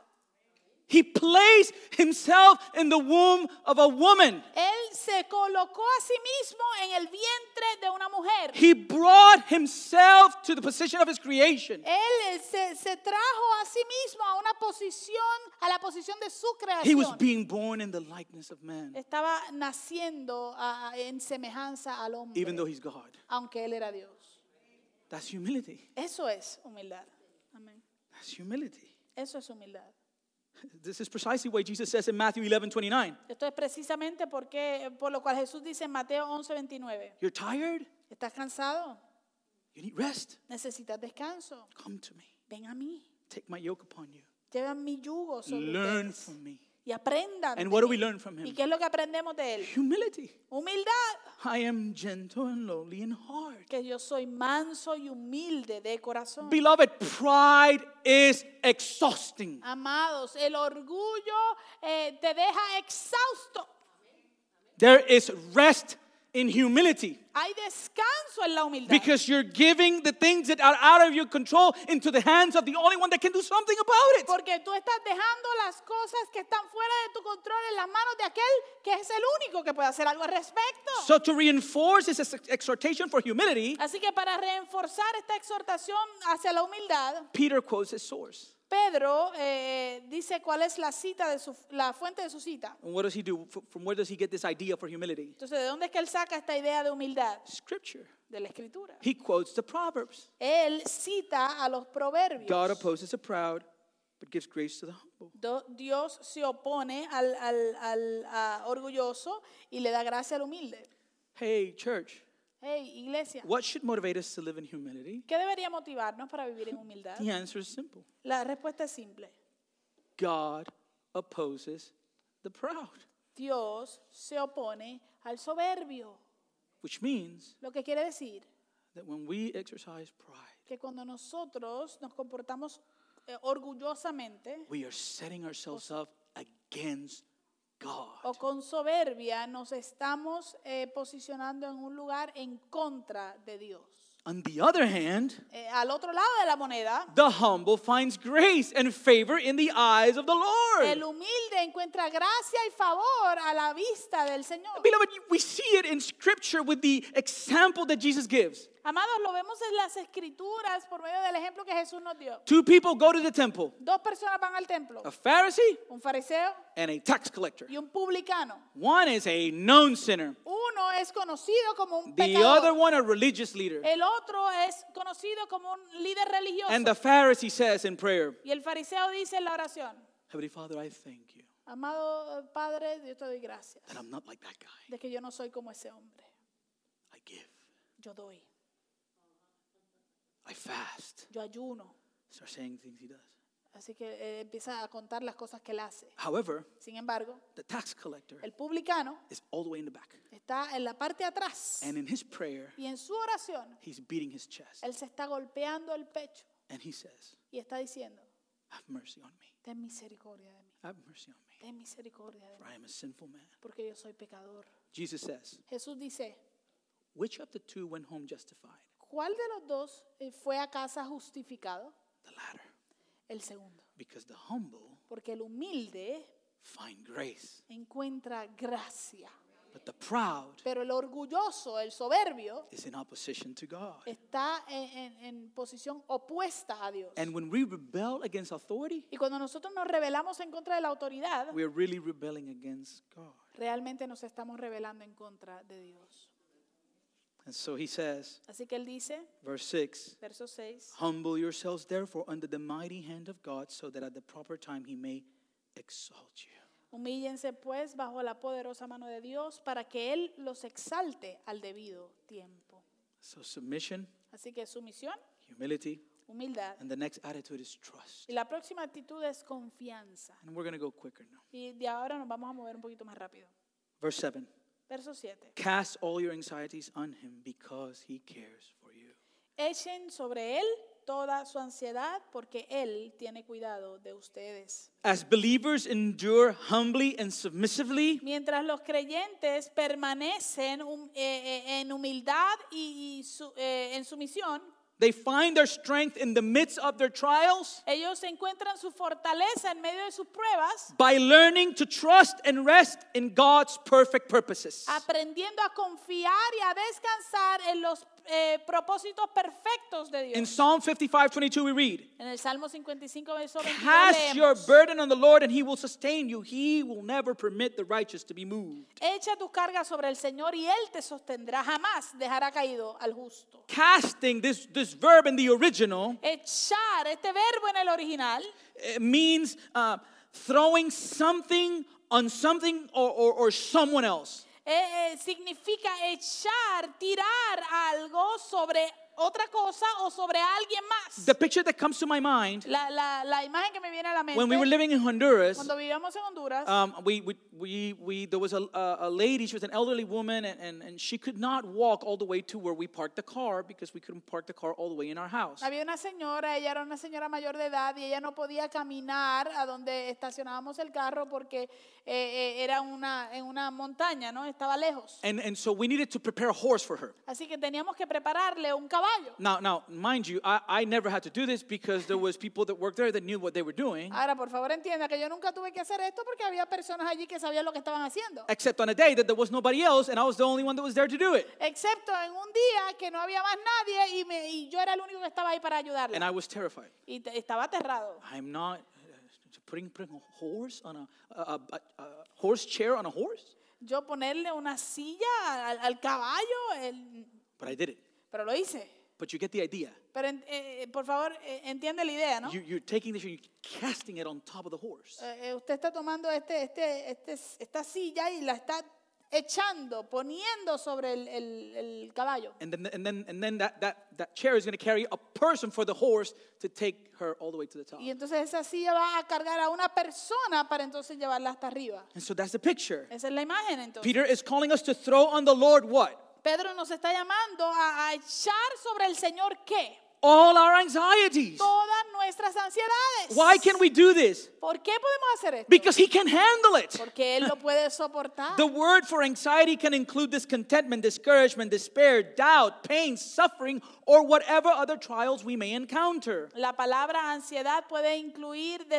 He placed himself in the womb of a woman.
Él se colocó a sí mismo en el vientre de una mujer.
He brought himself to the position of his creation.
Él eh, se, se trajo a sí mismo a una posición, a la posición de su
He was
creación.
being born in the likeness of man,
Estaba naciendo a- a- en semejanza al hombre,
even though he's God.
aunque él era Dios.
That's humility.
Eso es humildad. Amén.
That's humility.
Eso es humildad.
This is precisely why Jesus says in Matthew 11 29.
Esto es precisamente porque, por lo cual Jesús dice en Mateo 11, 29,
You're tired?
¿estás cansado?
You need rest?
¿Necesitas descanso?
Come to me.
Ven a mí,
Take my yoke upon you.
llevan mi yugo sobre
Learn
ustedes
from me.
y aprendan.
And
de
what do
mí".
we learn from
¿Y
him?
qué es lo que aprendemos de él?
Humility.
Humildad,
I am gentle and lowly in heart.
que yo soy manso y humilde de corazón.
Beloved, pride is exhausting.
Amados, el orgullo eh, te deja exhausto.
There is rest in humility
Hay descanso en la humildad.
because you're giving the things that are out of your control into the hands of the only one that can do something about it.
Porque tú estás dejando las cosas que están fuera de tu control en las manos de aquel que es el único que puede hacer algo al respecto.
So, to reinforce this ex- exhortation for humility,
Así que para reforzar esta exhortación hacia la humildad,
Peter quotes his source.
Pedro eh, dice cuál es la cita de su, la fuente de su cita.
And what does he do? F- From where does he get this idea for humility?
Entonces, ¿de dónde es que él saca esta idea de humildad?
Scripture.
De la escritura.
He quotes the Proverbs.
Él cita a los proverbios.
God opposes the proud, but gives grace to the humble.
Do- Dios se opone al, al- al, ah, orgulloso y le da gracia al humilde.
Hey, church,
Hey, iglesia,
what should motivate us to live in humility?
¿qué debería motivarnos para vivir en humildad?
The answer is simple
La respuesta es simple.
God opposes the proud,
Dios se opone al soberbio,
which means
lo que quiere decir
that when we exercise pride,
que cuando nosotros nos comportamos eh, orgullosamente
we are setting ourselves up against God.
o con soberbia, nos estamos eh, posicionando en un lugar en contra de Dios.
On the other hand,
Eh, al otro lado de la moneda,
the humble finds grace and favor in the eyes of the
El
Lord.
humilde encuentra gracia y favor a la vista del Señor.
Beloved, we see it in Scripture with the example that Jesus gives.
Amados, lo vemos en las escrituras por medio del ejemplo que Jesús nos dio.
Two people go to the temple
Dos personas van al templo,
a Pharisee
un fariseo
and a tax collector.
y un publicano.
One is a known sinner.
Uno es conocido como un
The other
pecador,
one a religious leader.
el otro es conocido como un líder
And the
religioso.
Pharisee says in prayer,
Y el fariseo dice en la oración,
Heavenly Father, I thank you
amado eh, Padre, yo te doy gracias
that I'm not like that guy.
de que yo no soy como ese hombre.
I give.
Yo doy,
I fast.
yo ayuno,
Start saying things he does.
Así que eh, empieza a contar las cosas que él hace.
However,
Sin embargo,
the tax collector
el publicano
is all the way in the back.
está en la parte de atrás
And in his prayer,
y en su oración
he's beating his chest.
él se está golpeando el pecho
And he says,
y está diciendo,
Have mercy on me.
ten misericordia de mí,
Have mercy on me.
ten misericordia de
For
mí,
I am a sinful man.
porque yo soy pecador.
Jesus says,
Jesús dice,
Which of the two went home justified?
¿cuál de los dos eh, fue a casa justificado?
The latter.
El segundo,
Because the humble
porque el humilde
find grace,
encuentra gracia,
but the proud
pero el orgulloso, el soberbio,
is in opposition to God.
está en, en- en posición opuesta a Dios.
And when we rebel against authority,
Y cuando nosotros nos rebelamos en contra de la autoridad,
we're really rebelling against God.
realmente nos estamos rebelando en contra de Dios.
And so he says,
Así que él dice,
verse 6
verso 6,
Humble yourselves, therefore, under the mighty hand of God, so that at the proper time he may exalt you.
humíllense pues bajo la poderosa mano de Dios para que él los exalte al debido tiempo.
So, submission,
Así que sumisión,
humility,
humildad.
and the next attitude is trust.
Y la próxima actitud es confianza.
And we're going to go quicker now.
Y de ahora nos vamos a mover un poquito más rápido.
Verse 7
Verso 7.
Cast all your anxieties on him because he cares for you.
Echen sobre él toda su ansiedad porque él tiene cuidado de ustedes.
As believers endure humbly and submissively,
Mientras los creyentes permanecen hum- eh, eh, en humildad y, y su- eh, en sumisión,
they find their strength in the midst of their trials
ellos encuentran su fortaleza en medio de sus pruebas,
by learning to trust and rest in God's perfect purposes.
aprendiendo a confiar y a descansar en los eh, propósitos perfectos de
In
Dios.
Psalm 55 22, we read,
En el Salmo 55, verso 22,
Cast your
leemos,
burden on the Lord and he will sustain you. He will never permit the righteous to be moved.
echa tus cargas sobre el Señor y Él te sostendrá, jamás dejará caído al justo.
Casting, this, this verb in the original,
Echar, este verbo en el original,
it means uh, throwing something on something or, or, or someone else.
eh, eh, significa echar, tirar algo sobre otra cosa o sobre alguien más.
The picture that comes to my mind
la, la- la imagen que me viene a la mente,
when we were living in Honduras,
cuando vivíamos en Honduras,
um, we, we, we, we, there was a, a a lady, she was an elderly woman, and, and, and she could not walk all the way to where we parked the car because we couldn't park the car all the way in our house.
había una señora, ella era una señora mayor de edad y ella no podía caminar a donde estacionábamos el carro porque eh, eh, era una, en una montaña, ¿no? Estaba lejos.
And, and so we needed to prepare a horse for her.
Así que teníamos que prepararle un caballo.
Now, now, mind you, I, I never had to do this because there was people that worked there that knew what they were doing.
Ahora, por favor, entienda que yo nunca tuve que hacer esto porque había personas allí que sabían lo que estaban haciendo.
Except on a day that there was nobody else, and I was the only one that was there to do it.
Excepto en un día que no había más nadie y, me- y yo era el único que estaba ahí para
And
ayudarle.
I was terrified.
Y te- estaba aterrado.
I'm not uh, putting, putting a horse on a, a, a, a horse chair on a horse,
Yo ponerle una silla al, al caballo, el-
but I did it.
pero lo hice.
But you get the idea.
Pero en- eh, eh, por favor, eh, entiende la idea, ¿no?
You, you're taking this and you're casting it on top of the horse.
Eh, eh, usted está tomando este, este, este, esta silla y la está echando, poniendo sobre el- el- el caballo.
And then, and then, and then that, that, that chair is going to carry a person for the horse to take her all the way to the top.
Y entonces esa silla va a cargar a una persona para entonces llevarla hasta arriba.
And so that's the picture.
Esa es la imagen entonces.
Peter is calling us to throw on the Lord what?
Pedro nos está llamando a, a echar sobre el Señor qué?
all our anxieties.
Todas nuestras ansiedades.
Why can we do this?
¿Por qué podemos hacer esto?
Because he can handle it.
Porque Él lo puede soportar.
The word for anxiety can include discontentment, discouragement, despair, doubt, pain, suffering, or whatever other trials we may encounter.
La palabra ansiedad puede incluir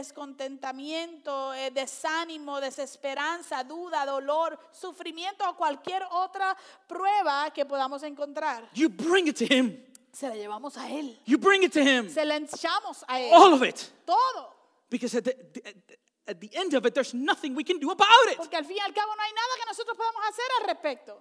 descontentamiento, eh, desánimo, desesperanza, duda, dolor, sufrimiento o cualquier otra prueba que podamos encontrar.
You bring it to him.
Se la llevamos a Él.
You bring it to him.
Se la echamos a Él.
All of it.
Todo.
Because at the, at the end of it, there's nothing we can do about it.
Porque al fin y al cabo no hay nada que nosotros podamos hacer al respecto.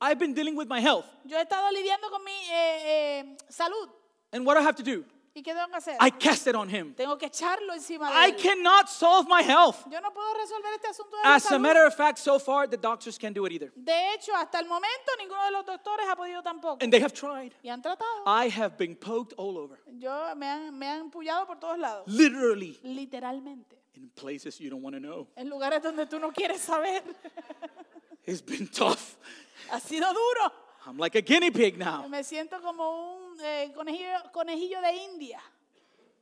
I've been dealing with my health.
Yo he estado lidiando con mi eh, eh, salud.
And what do I have to do?
¿Y ¿Y qué tengo que hacer?
I cast it on him.
tengo que echarlo encima de
I
él.
cannot solve my health.
Yo no puedo resolver este asunto de la
As a
salud.
matter of fact, so far, the doctors can't do it either.
De hecho, hasta el momento ninguno de los doctores ha podido tampoco.
And they have tried.
Y han tratado.
I have been poked all over,
Yo me han, me han pullado por todos lados.
literally,
Literalmente.
in places you don't want to know.
En lugares donde tú no quieres saber.
It's been tough.
ha sido duro.
I'm like a guinea pig now,
Me siento como un eh, conejillo, conejillo de India.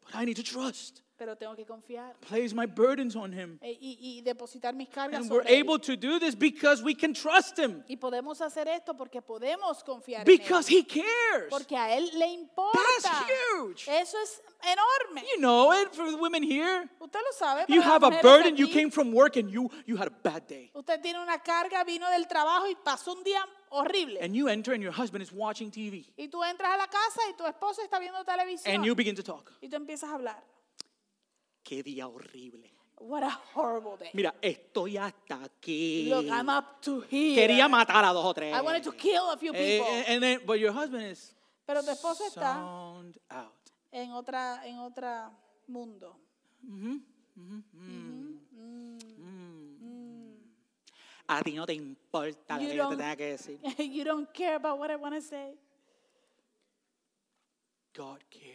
but I need to trust.
Pero tengo que confiar.
Place my burdens on him.
eh, y, y depositar mis cargas
And we're
sobre él.
able to do this because we can trust him,
Y podemos hacer esto porque podemos confiar
because
en él.
he cares.
Porque a él le importa.
huge.
Eso es enorme.
You know it for the women here.
Usted lo sabe.
You
para
have a
las mujeres
burden, you
aquí.
came from work and you, you had a bad day.
Usted tiene una carga, vino del trabajo y pasó un día horrible.
And you enter and your husband is watching TV.
y tú entras a la casa y tu esposo está viendo televisión.
And you begin to talk.
y tú empiezas a hablar.
Qué día horrible.
What a horrible day.
Mira, estoy hasta aquí.
Look, I'm up to here.
Quería matar a dos o tres.
I wanted to kill a few
Eh,
people.
eh, and then- but your husband is
Pero tu esposo está
sound out.
en otra en otra mundo.
A ti no te importa lo
You
que yo te
don't-
tenga que decir.
you don't care about what I want to say.
God cares.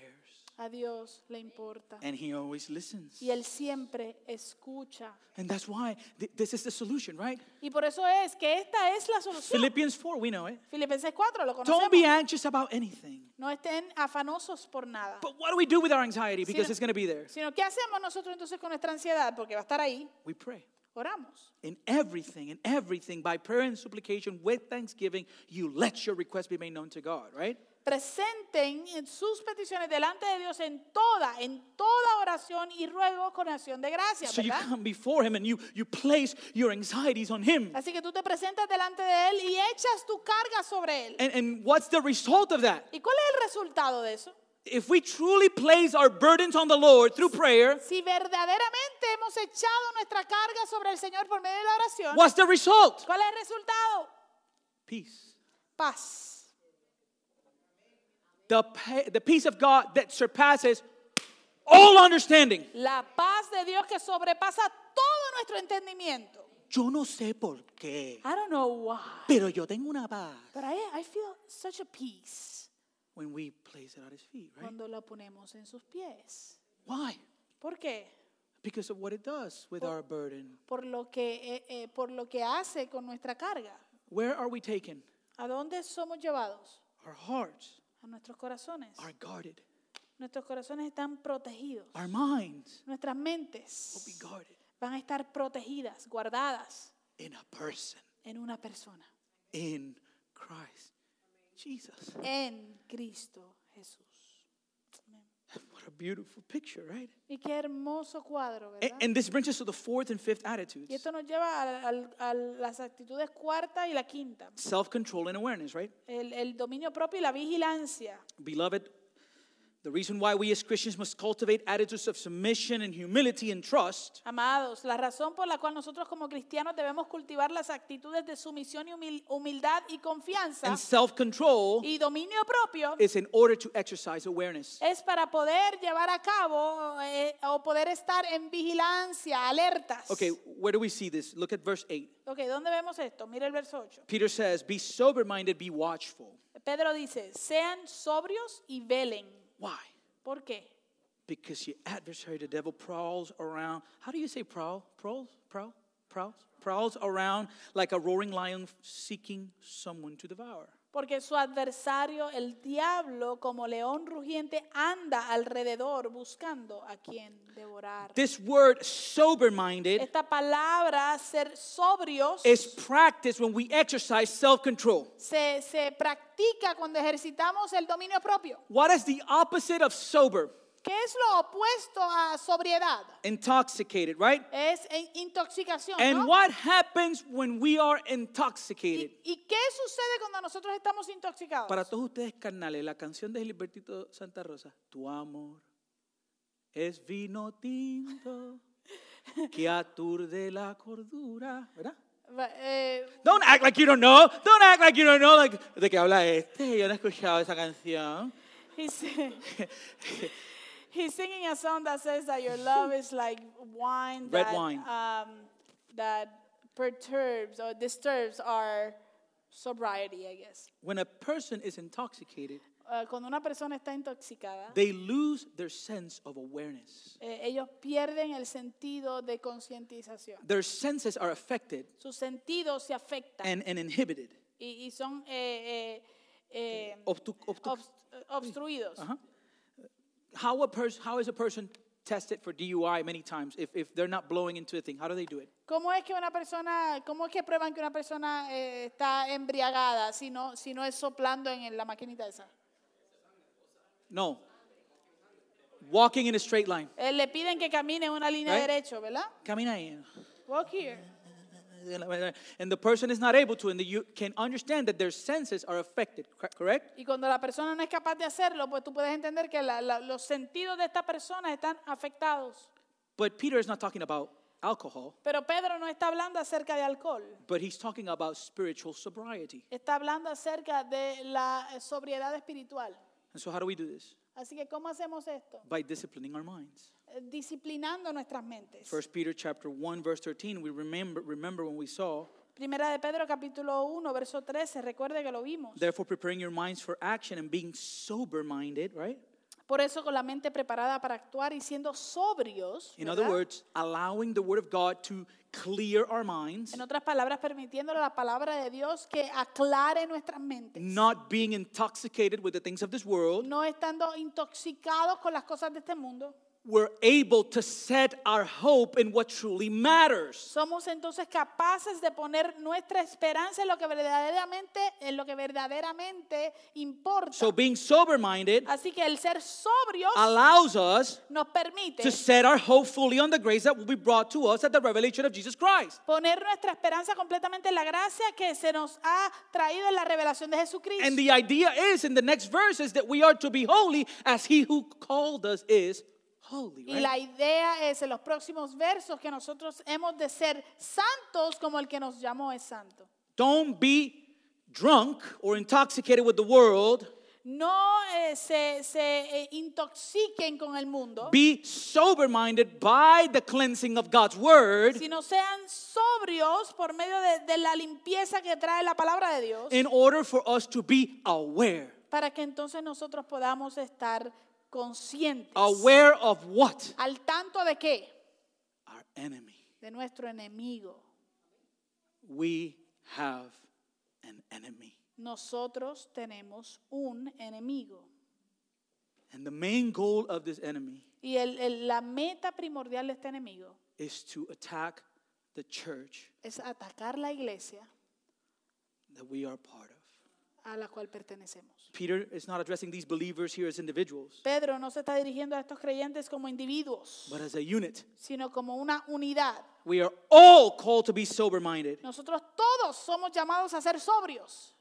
A Dios le importa.
And he always listens.
Y él siempre escucha.
And that's why th- this is the solution, right?
Y por eso es que esta es la solución.
Philippians 4, we know it.
Filipenses 4 lo
Don't be
conocemos.
anxious about anything.
No estén afanosos por nada.
But what do we do with our anxiety? Because
no-
it's going to be there.
Sino ¿qué hacemos nosotros entonces con nuestra ansiedad? Porque va a estar ahí.
We pray.
Oramos.
In everything, in everything, by prayer and supplication with thanksgiving, you let your request be made known to God, right?
Presenten en sus peticiones delante de Dios en toda, en toda oración y ruego con acción de gracias,
So you
¿verdad?
come before Him and you, you place your anxieties on Him.
Así que tú te presentas delante de él y echas tu carga sobre él.
And, and what's the result of that?
¿Y cuál es el resultado de eso?
If we truly place our burdens on the Lord through prayer,
Si verdaderamente hemos echado nuestra carga sobre el Señor por medio de la oración,
what's the result?
¿cuál es el resultado?
Peace.
Paz.
The, pa- the peace of God that surpasses all understanding.
La paz de Dios que sobrepasa todo nuestro entendimiento.
Yo no sé por qué,
I don't know why,
pero yo tengo una paz
but I, I feel such a peace
when we place it at His feet, right?
cuando la ponemos en sus pies.
Why?
¿Por qué?
Because of what it does with our burden.
Por lo que, eh, eh, por lo que hace con nuestra carga.
Where are we taken?
¿A dónde somos llevados?
Our hearts
A nuestros corazones.
are guarded.
Nuestros corazones están protegidos.
Our minds
Nuestras
will Oh, be
mentes
guarded
van a estar protegidas, guardadas
in a person,
en una persona,
in Christ Jesus.
en Cristo Jesús.
What a beautiful picture, right?
Y qué hermoso cuadro,
And,
¿verdad?
and this brings us to the fourth and fifth attitudes
Y esto nos lleva al- al- a, las actitudes cuarta y la quinta.
self control and awareness, right?
El, el dominio propio y la vigilancia.
Beloved, the reason why we as Christians must cultivate attitudes of submission and humility and trust
Amados, la razón por la cual nosotros como cristianos debemos cultivar las actitudes de sumisión y humil- humildad y confianza
and self control
y dominio propio
is in order to exercise awareness.
es para poder llevar a cabo eh, o poder estar en vigilancia, alertas.
Okay, where do we see this? Look at verse 8.
Ok, ¿dónde vemos esto? Mira el verso 8.
Peter says, Be sober minded, be watchful.
Pedro dice, sean sobrios y velen.
Why?
¿Por qué?
Because your adversary, the devil, prowls around. How do you say prowl? Prowls? Prowl? Prowls? Prowls around like a roaring lion seeking someone to devour.
Porque su adversario, el diablo, como león rugiente, anda alrededor buscando a quien devorar.
This word, sober minded,
Esta palabra, ser sobrios,
is practiced when we exercise self control.
se, se practica cuando ejercitamos el dominio propio.
What is the opposite of sober?
¿Qué es lo opuesto a sobriedad?
Intoxicated, right?
Es eh, intoxicación. ¿no?
And what happens when we are intoxicated?
¿Y, y qué sucede cuando nosotros estamos intoxicados?
Para todos ustedes, carnales, la canción de Gilbertito Santa Rosa, Tu amor es vino tinto que aturde la cordura, ¿verdad?
Va- eh,
Don't act like you don't know, don't act like you don't know, like, ¿de qué habla este? Yo no he escuchado esa canción.
He's, he's singing a song that says that your love is like wine.
Red
that,
wine.
Um, that perturbs or disturbs our sobriety, I guess.
When a person is intoxicated,
Uh, cuando una persona está intoxicada,
they lose their sense of awareness.
eh, ellos pierden el sentido de concientización.
Their senses are affected
Sus sentidos se afectan
and, and inhibited,
y, y son eh, eh, eh,
obstu- obstu-
obst- obstruidos.
Ajá. how a person how is a person tested for DUI many times if, if they're not blowing into the thing? How do they do it?
¿Cómo es que una persona, cómo es que prueban que una persona eh, está embriagada si no, si no es soplando en la maquinita esa?
No. Walking in a straight line.
Eh, le piden que camine en una línea
Right.
derecha, ¿verdad?
Camina ahí.
Walk here.
And the person is not able to, and the, you can understand that their senses are affected, cor- correct?
Y cuando la persona no es capaz de hacerlo, pues tú puedes entender que la- la- los sentidos de esta persona están afectados.
But Peter is not talking about alcohol,
Pero Pedro no está hablando acerca de alcohol.
but he's talking about spiritual sobriety.
Está hablando acerca de la eh, sobriedad espiritual.
And so, how do we do this?
Así que, ¿cómo hacemos esto?
By disciplining our minds.
Eh, Disciplinando nuestras mentes.
First Peter chapter 1 verse 13 we remember remember when we saw
Primera de Pedro, capítulo 1, verso 13. Recuerde que lo vimos.
therefore preparing your minds for action and being sober minded, right?
Por eso, con la mente preparada para actuar y siendo sobrios.
In
¿verdad?
other words, allowing the word of God to clear our minds,
En otras palabras, permitiéndole a la palabra de Dios que aclare nuestras mentes.
not being intoxicated with the things of this world,
No estando intoxicados con las cosas de este mundo.
we're able to set our hope in what truly matters.
Somos entonces capaces de poner nuestra esperanza en lo que verdaderamente, en lo que verdaderamente importa.
So being sober minded
Así que el ser sobrios
allows us
nos permite
to set our hope fully on the grace that will be brought to us at the revelation of Jesus Christ.
poner nuestra esperanza completamente en la gracia que se nos ha traído en la revelación de Jesucristo.
And the idea is in the next verses that we are to be holy as he who called us is holy.
y
Right?
la idea es en los próximos versos que nosotros hemos de ser santos como el que nos llamó es santo.
Don't be drunk or intoxicated with the world.
No eh, se, se, eh, intoxiquen con el mundo,
Be sober minded by the cleansing of God's word
sino sean sobrios por medio de, de la limpieza que trae la palabra de Dios,
in order for us to be aware.
para que entonces nosotros podamos estar conscientes.
Aware of what?
¿Al tanto de qué?
Our enemy.
De nuestro enemigo.
We have an enemy.
Nosotros tenemos un enemigo.
And the main goal of this enemy
Y el- el- la meta primordial de este enemigo
is to attack the church
es atacar la iglesia
that we are part of.
a la cual pertenecemos.
Peter is not addressing these believers here as individuals,
Pedro no se está dirigiendo a estos creyentes como individuos,
but as a unit.
sino como una unidad.
We are all called to be sober minded,
Nosotros todos somos llamados a ser sobrios,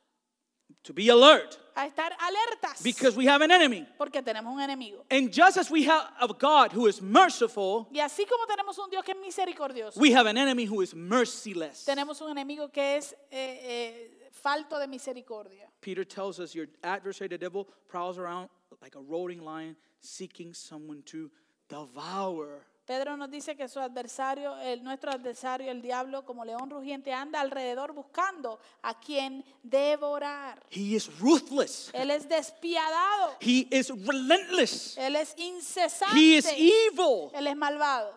to be alert,
a estar alertas,
because we have an enemy.
porque tenemos un enemigo.
And just as we have a God who is merciful,
Y así como tenemos un Dios que es misericordioso,
we have an enemy who is merciless.
tenemos un enemigo que es eh, eh, falto de misericordia.
Peter tells us your adversary, the devil, prowls around like a roaring lion seeking someone to devour.
Pedro nos dice que su adversario, el, nuestro adversario, el diablo, como león rugiente, anda alrededor buscando a quien devorar.
He is ruthless,
Él es despiadado,
he is relentless,
él es incesante,
he is evil.
él es malvado.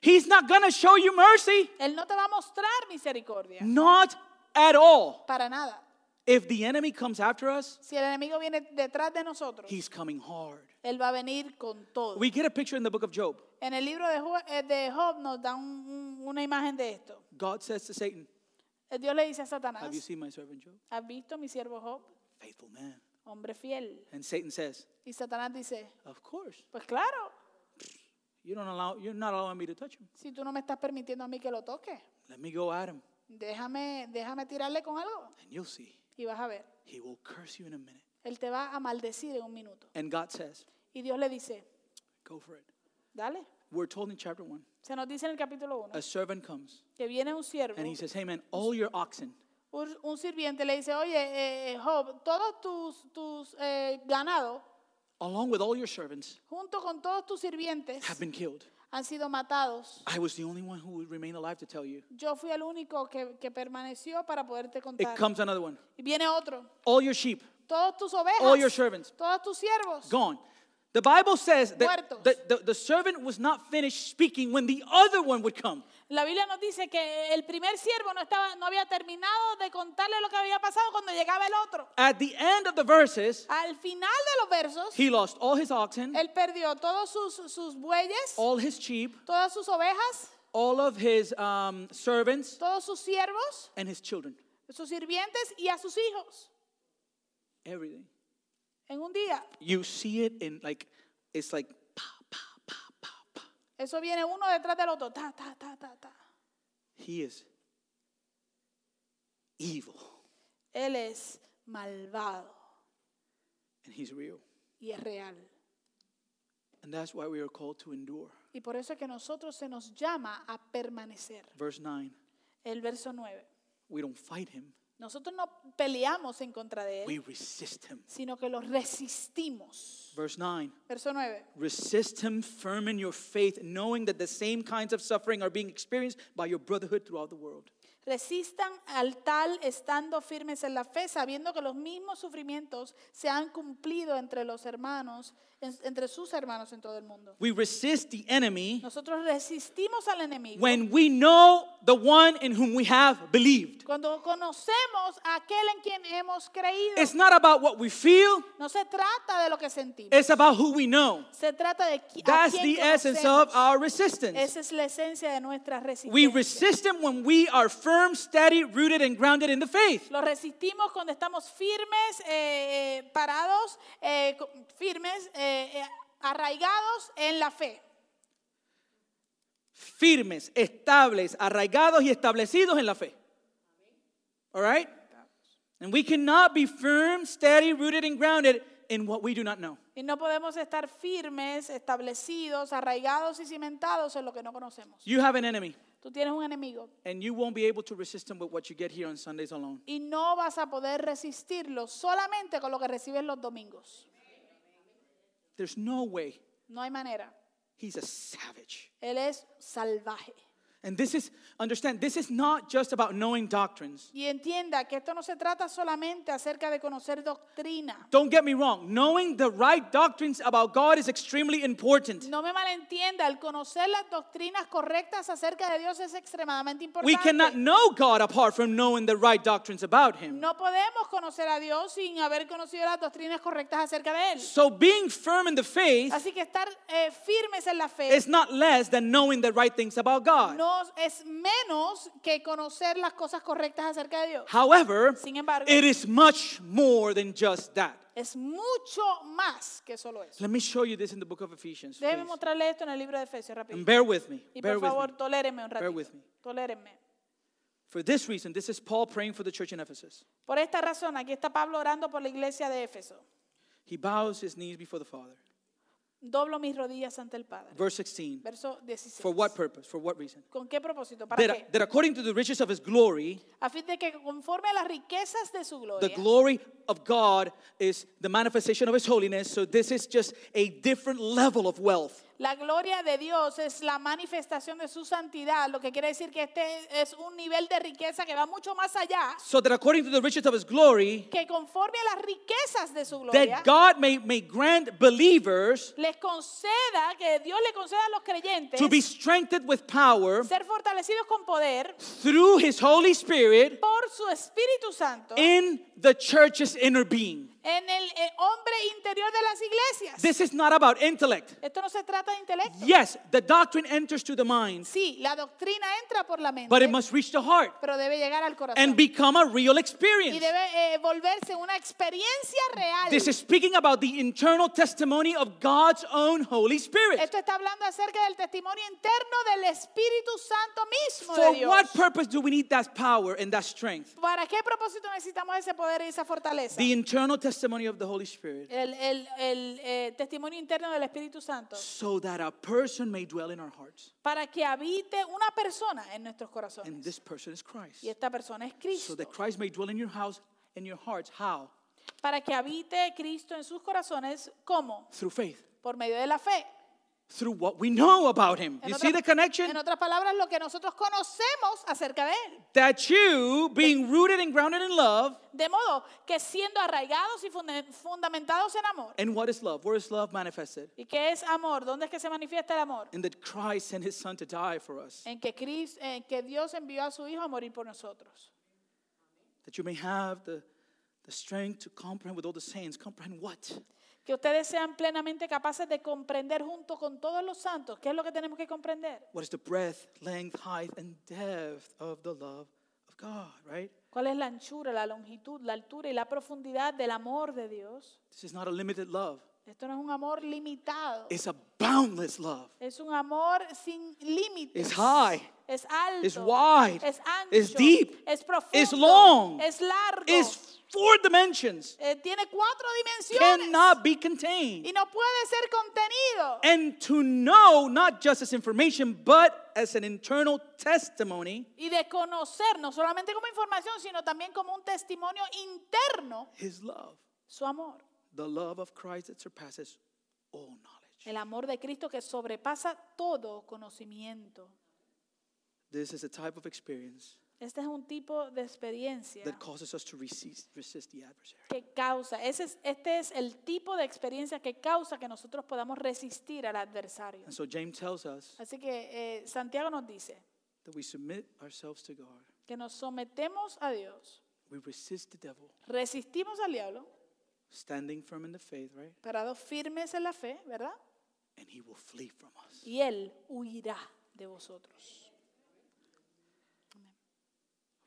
He's not gonna show you mercy,
Él no te va a mostrar misericordia,
not at all.
para nada.
If the enemy comes after us,
Si el enemigo viene detrás de nosotros,
he's coming hard.
él va a venir con todo.
We get a picture in the book of Job.
En el libro de Jo- eh, de Job nos da un- un- una imagen de esto.
God says to Satan,
Eh, Dios le dice a
Have you
Satanás,
seen my servant Job?
¿has visto mi siervo Job?
Faithful man.
Hombre fiel.
And Satan says,
Y Satanás dice,
Of course.
pues claro,
You don't allow you're not allowing me to touch him.
si tú no me estás permitiendo a mí que lo toque,
Let me go at him
déjame, déjame tirarle con algo
and you'll see.
y vas a ver.
He will curse you in a minute.
Él te va a maldecir en un minuto.
And God says,
Y Dios le dice,
Go for it.
dale.
We're told in chapter one,
Se nos dice en el capítulo 1
a servant comes
que viene un siervo,
and he says, Hey man, all your oxen,
un, un sirviente le dice, oye, eh, Job, todos tus, tus eh, ganados
along with all your servants,
junto con todos tus sirvientes,
have been killed.
han sido matados.
I was the only one who remained alive to tell you.
Yo fui el único que, que permaneció para poderte
It
contar.
comes another one.
Y viene otro.
All your sheep,
Todos tus ovejas,
all your servants,
todos tus siervos,
gone. The Bible says that
Muertos.
the, the, the servant was not finished speaking when the other one would come.
La Biblia nos dice que el primer siervo no, estaba, no había terminado de contarle lo que había pasado cuando llegaba el otro.
At the end of the verses,
Al final de los versos,
he lost all his oxen,
él perdió todos sus, sus bueyes,
all his sheep,
todas sus ovejas,
all of his um, servants,
todos sus siervos,
and his children.
sus sirvientes y a sus hijos
Everything.
en un día.
You see it in like, it's like, pa, pa, pa, pa, pa.
Eso viene uno detrás del otro. Ta, ta, ta, ta, ta.
He is evil
Él es malvado
and he's real.
y es real.
And that's why we are called to endure.
Y por eso es que nosotros se nos llama a permanecer.
Verse 9
El verso 9.
we don't fight him,
Nosotros no peleamos en contra de él.
we resist him.
sino que los resistimos.
Verse 9
Verso 9.
resist him firm in your faith, knowing that the same kinds of suffering are being experienced by your brotherhood throughout the world.
Resistan al tal estando firmes en la fe, sabiendo que los mismos sufrimientos se han cumplido entre los hermanos, en- entre sus hermanos en todo el mundo.
We resist the enemy
Nosotros resistimos al enemigo
when we know the one in whom we have believed.
cuando conocemos a aquel en quien hemos creído.
It's not about what we feel,
No se trata de lo que sentimos,
it's about who we know.
se trata de qui- a
That's
quién
the essence
conocemos.
of our resistance.
Esa es la esencia de nuestra resistencia.
We resist him when we are firm, steady, rooted, and grounded in the faith.
Lo resistimos cuando estamos firmes, eh, eh, parados, eh, co- firmes, eh, eh, arraigados en la fe.
Firmes, estables, arraigados y establecidos en la fe. All right? And we cannot be firm, steady, rooted, and grounded in what we do not know.
Y no podemos estar firmes, establecidos, arraigados y cimentados en lo que no conocemos.
You have an enemy,
Tú tienes un enemigo
and you won't be able to resist him with what you get here on Sundays alone.
y no vas a poder resistirlo solamente con lo que recibes los domingos.
There's no way.
No hay manera.
He's a savage.
Él es salvaje.
And this is, understand, this is not just about knowing doctrines.
Y entienda que esto no se trata solamente acerca de conocer doctrina.
Don't get me wrong, knowing the right doctrines about God is extremely important.
No me malentienda, el conocer las doctrinas correctas acerca de Dios es extremadamente
We cannot
importante.
know God apart from knowing the right doctrines about Him.
No podemos conocer a Dios sin haber conocido las doctrinas correctas acerca de Él.
So being firm in the faith
Así que estar eh, firmes en la fe
is not less than knowing the right things about God.
no es menos que conocer las cosas correctas acerca de Dios.
However,
Sin embargo,
it is much more than just that.
es mucho más que solo eso.
Let me show you this in the book of Ephesians. please.
Déjeme mostrarle esto en el libro de Efesios
And
rápido.
bear with me.
Y
Bear with
por
me.
favor, tolérenme un ratito.
with me.
Tolérenme.
For this reason, this is Paul praying for the church in Ephesus.
Por esta razón, aquí está Pablo orando por la iglesia de Éfeso.
He bows his knees before the Father.
Doblo mis rodillas ante el Padre.
Verse 16.
Verso 16.
For what purpose? For what reason?
¿Con qué propósito? ¿Para
That,
qué?
that according to the riches of his glory,
A fin de que conforme a las riquezas de su
The
gloria.
glory of God is the manifestation of His holiness. So this is just a different level of wealth.
La gloria de Dios es la manifestación de su santidad, lo que quiere decir que este es un nivel de riqueza que va mucho más allá,
So that according to the riches of His glory,
que conforme a las riquezas de su gloria,
that God may, may grant believers
les conceda, que Dios le conceda a los creyentes
to be strengthened with power
ser fortalecidos con poder
through His Holy Spirit
por su Espíritu Santo
in the church's inner being.
en el eh, hombre interior de las iglesias.
This is not about intellect.
Esto no se trata de intelecto.
Yes, the doctrine enters to the mind,
Sí, la doctrina entra por la mente,
but it must reach the heart
pero debe llegar al corazón.
and become a real
y
experience.
debe eh, volverse una experiencia real.
This is speaking about the internal testimony of God's own Holy Spirit.
Esto está hablando acerca del testimonio interno del Espíritu Santo mismo
For
de Dios.
what purpose do we need that power and that strength?
¿Para qué propósito necesitamos ese poder y esa fortaleza?
The internal testimony of the Holy Spirit,
el el- el, eh, testimonio interno del Espíritu Santo.
so that a person may dwell in our hearts.
Para que habite una persona en nuestros corazones.
And this person is Christ.
Y esta persona es
So
Cristo.
that Christ may dwell in your house, in your hearts. How?
para que habite Cristo en sus corazones. ¿Cómo?
Through faith.
Por medio de la fe.
Through what we know about him.
En
You
otra-
see the connection?
En otras palabras, lo que nosotros conocemos acerca de Él.
That you, being rooted and grounded in love,
De modo que siendo arraigados y funde- fundamentados en amor.
and what is love? Where is love manifested?
¿Y qué es amor? ¿Dónde es que se manifiesta el amor?
In that Christ sent his son to die for us,
En que, Cris- en que Dios envió a su Hijo a morir por nosotros.
that you may have the, the strength to comprehend with all the saints. Comprehend what?
Que ustedes sean plenamente capaces de comprender junto con todos los santos. ¿Qué es lo que tenemos que comprender?
What is the breadth, length, height, and depth of the love of God, right?
¿Cuál es la anchura, la longitud, la altura y la profundidad del amor de Dios?
This is not a limited love,
Esto no es un amor limitado.
it's a boundless love.
Es un amor sin límites.
It's high.
Es alto.
It's wide.
Es ancho.
It's deep.
Es profundo.
It's long.
Es largo.
It's four dimensions,
Eh, tiene cuatro dimensiones.
cannot be
y
contained.
no puede ser contenido.
And to know, not just as information, but as an internal testimony,
y de conocer, no solamente como información, sino también como un testimonio interno,
his love,
su amor.
the love of Christ that surpasses all knowledge.
El amor de Cristo que sobrepasa todo conocimiento.
This is a type of experience
Este es un tipo de experiencia
that causes us to resist, resist the adversary.
que causa, ese es- este es el tipo de experiencia que causa que nosotros podamos resistir al adversario.
And so James tells us
Así que eh, Santiago nos dice
that we submit ourselves to God,
que nos sometemos a Dios,
we resist the devil,
resistimos al diablo,
standing firm in the faith, right?
parados firmes en la fe, ¿verdad?
And he will flee from us.
Y Él huirá de vosotros.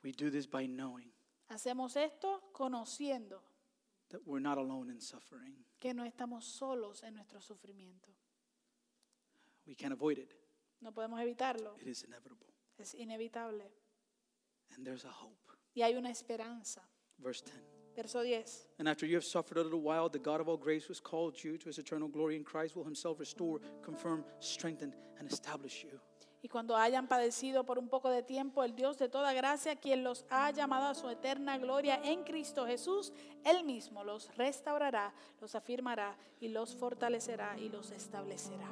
We do this by knowing
Hacemos esto conociendo
that we're not alone in suffering.
que no estamos solos en nuestro sufrimiento.
We can't avoid it,
No podemos evitarlo,
it is inevitable.
es inevitable.
And there's a hope.
Y hay una esperanza.
Verse 10.
Verso 10.
And after you have suffered a little while, the God of all grace who has called you to his eternal glory in Christ will himself restore, confirm, strengthen, and establish you.
Y cuando hayan padecido por un poco de tiempo, el Dios de toda gracia, quien los ha llamado a su eterna gloria en Cristo Jesús, Él mismo los restaurará, los afirmará y los fortalecerá y los establecerá.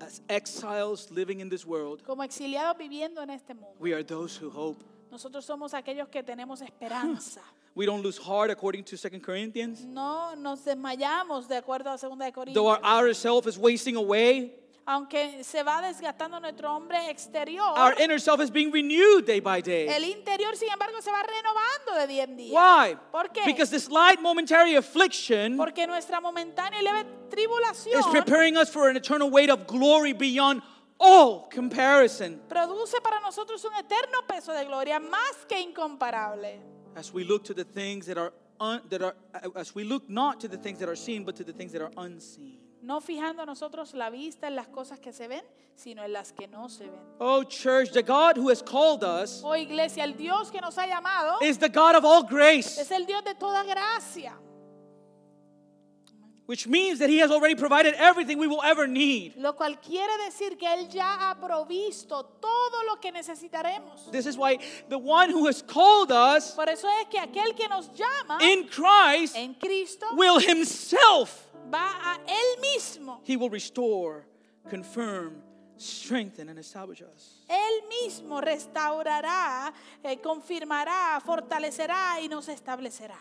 As exiles living in this world,
Como exiliados viviendo en este mundo,
we are those who hope.
nosotros somos aquellos que tenemos esperanza.
We don't lose heart according to 2 Corinthians.
No nos desmayamos de acuerdo a 2 de
Though
Corintios.
our outer self is wasting away,
Aunque se va desgastando nuestro hombre
our
exterior,
inner self is being renewed day by day.
el interior, sin embargo, se va renovando de día en día.
Why?
¿Por qué?
Because this light momentary affliction
Porque nuestra momentánea y leve tribulación
is preparing us for an eternal weight of glory beyond all comparison.
produce para nosotros un eterno peso de gloria más que incomparable.
As we look to the things that are un, that are as we look not to the things that are seen but to the things that are unseen.
No fijando nosotros la vista en las cosas que se ven, sino en las que no se ven.
Oh church, the God who has called us
Oh iglesia, el Dios que nos ha llamado
is the God of all grace,
es el Dios de toda gracia.
which means that he has already provided everything we will ever need.
Lo cual quiere decir que Él ya ha provisto todo lo que necesitaremos.
This is why the one who has called us
Por eso es que aquel que nos llama
in Christ
en Cristo
will himself
va a Él mismo.
he will restore, confirm, strengthen and establish us.
Él mismo restaurará, eh, confirmará, fortalecerá y nos establecerá.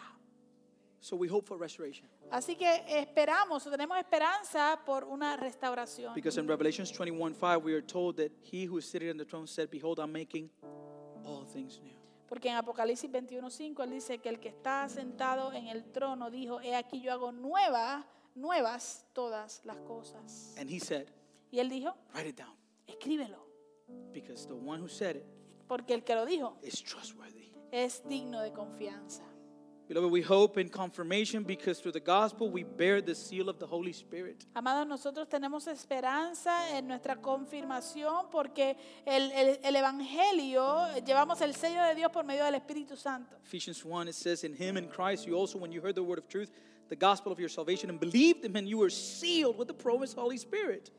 So we hope for restoration
Así que esperamos, o tenemos esperanza por una restauración.
because in Revelations 21:5 we are told that he who is sitting on the throne said, behold I'm making all things new.
Porque en Apocalipsis 21:5 él dice que el que está sentado en el trono dijo, he aquí yo hago nuevas, nuevas todas las cosas.
And he said,
Y él dijo,
Write it down
escríbelo,
because the one who said it
porque el que lo dijo
is trustworthy.
es digno de confianza.
Beloved, we hope in confirmation because through the gospel we bear the seal of the Holy Spirit.
Amados, nosotros tenemos esperanza en nuestra confirmación porque el, el- el Evangelio, eh, llevamos el sello de Dios por medio del Espíritu Santo.
Ephesians 1, it says, In him, in Christ, you also, when you heard the word of truth, the gospel of your salvation, and believed him, and you were sealed with the promised Holy Spirit.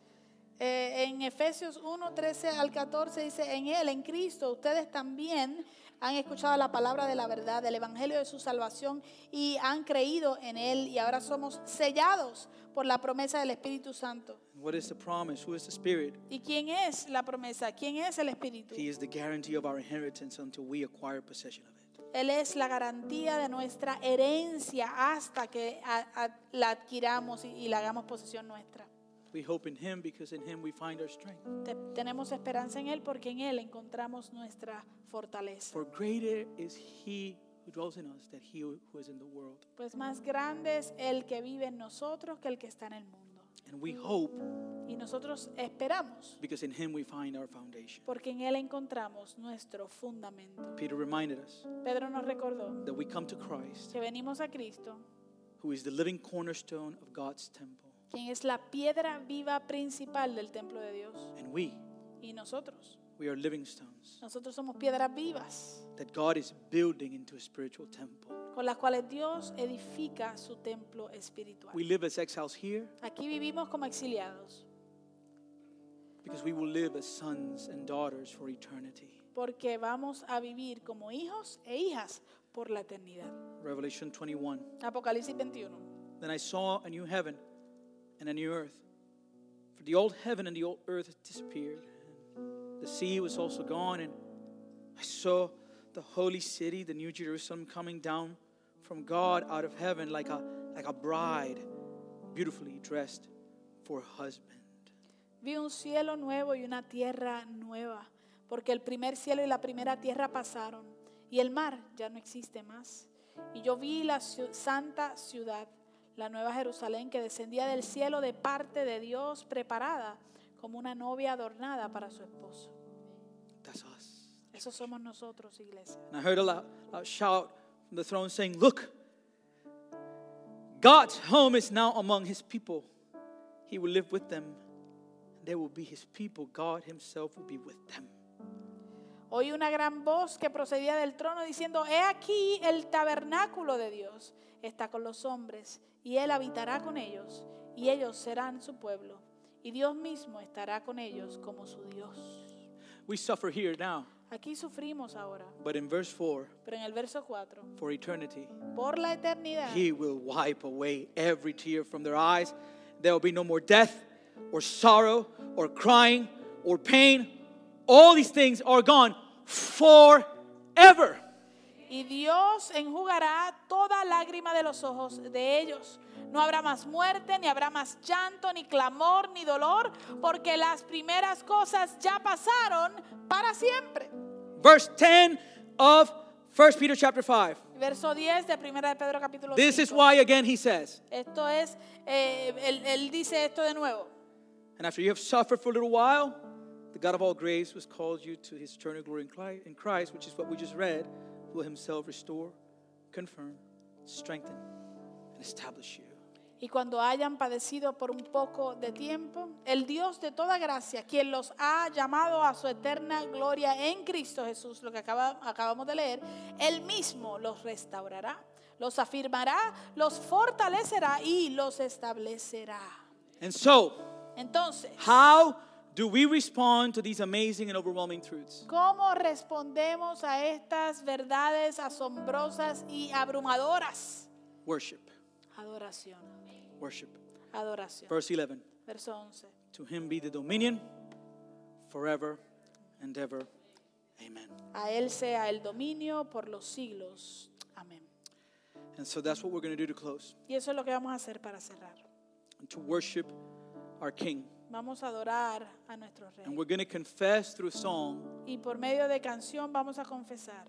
Eh, en Efesios 1, 13 al 14 dice, en Él, en Cristo, ustedes también han escuchado la palabra de la verdad, del Evangelio de su salvación y han creído en Él y ahora somos sellados por la promesa del Espíritu Santo.
What is the promise? Who is the Spirit?
¿Y quién es la promesa? ¿Quién es el Espíritu?
He is the guarantee of our inheritance until we acquire possession of it.
Él es la garantía de nuestra herencia hasta que a- a- la adquiramos y, y la hagamos posesión nuestra.
We hope in Him because in Him we find our strength.
Te- tenemos esperanza en Él porque en Él encontramos nuestra fortaleza.
For greater is He who dwells in us than He who is in the world.
Pues más grande es el que vive en nosotros que el que está en el mundo.
And we hope
Y nosotros esperamos
because in Him we find our foundation.
porque en Él encontramos nuestro fundamento.
Peter reminded us
Pedro nos recordó
that we come to Christ,
que venimos a Cristo,
who is the living cornerstone of God's temple.
quien es la piedra viva principal del templo de Dios.
And we,
Y nosotros,
we are living stones
nosotros somos piedras vivas.
that God is building into a spiritual temple.
con las cuales Dios edifica su templo espiritual.
We live as exiles here
Aquí vivimos como exiliados,
because we will live as sons and daughters for eternity.
porque vamos a vivir como hijos e hijas por la eternidad.
Revelation 21.
Apocalipsis 21.
Then I saw a new heaven and a new earth. For the old heaven and the old earth disappeared. and The sea was also gone, and I saw the holy city, the new Jerusalem, coming down from God out of heaven like a, like a bride, beautifully dressed for her husband.
Vi un cielo nuevo y una tierra nueva, porque el primer cielo y la primera tierra pasaron, y el mar ya no existe más. Y yo vi la ciu- santa ciudad, la nueva Jerusalén, que descendía del cielo de parte de Dios, preparada como una novia adornada para su esposo.
That's us.
Eso somos nosotros, iglesia.
And I heard a loud, loud shout from the throne saying, Look, God's home is now among his people. He will live with them. They will be his people. God himself will be with them.
Oí una gran voz que procedía del trono diciendo, he aquí el tabernáculo de Dios está con los hombres y él habitará con ellos y ellos serán su pueblo y Dios mismo estará con ellos como su Dios.
We suffer here now,
Aquí sufrimos ahora,
but in verse 4,
pero en el verso 4,
for eternity,
por la eternidad,
he will wipe away every tear from their eyes. There will be no more death, or sorrow, or crying, or pain. All these things are gone forever.
y Dios enjugará toda lágrima de los ojos de ellos. No habrá más muerte, ni habrá más llanto, ni clamor, ni dolor, porque las primeras cosas ya pasaron para siempre.
verse 10 of 1 Peter chapter 5.
Verso 10 de 1 de Pedro capítulo
This is
5.
why again he says,
Esto es, eh, él, él dice esto de nuevo.
and after you have suffered for a little while, the God of all grace who has called you to his eternal glory in Cli- in Christ, which is what we just read, will himself restore, confirm, strengthen, and establish you.
Y cuando hayan padecido por un poco de tiempo, el Dios de toda gracia, quien los ha llamado a su eterna gloria en Cristo Jesús, lo que acaba- acabamos de leer, él mismo los restaurará, los afirmará, los fortalecerá y los establecerá.
And so,
Entonces,
how do we respond to these amazing and overwhelming truths?
¿Cómo respondemos a estas verdades asombrosas y abrumadoras?
Worship.
Adoración,
Worship.
adoración.
Verse 11.
Verso 11.
To him be the dominion forever and ever. Amen.
A Él sea el dominio por los siglos. Amén.
And so that's what we're going to do to close.
Y eso es lo que vamos a hacer para cerrar.
to worship our King.
Vamos a adorar a nuestro
And
Rey.
we're going to confess through song
Y por medio de canción vamos a confesar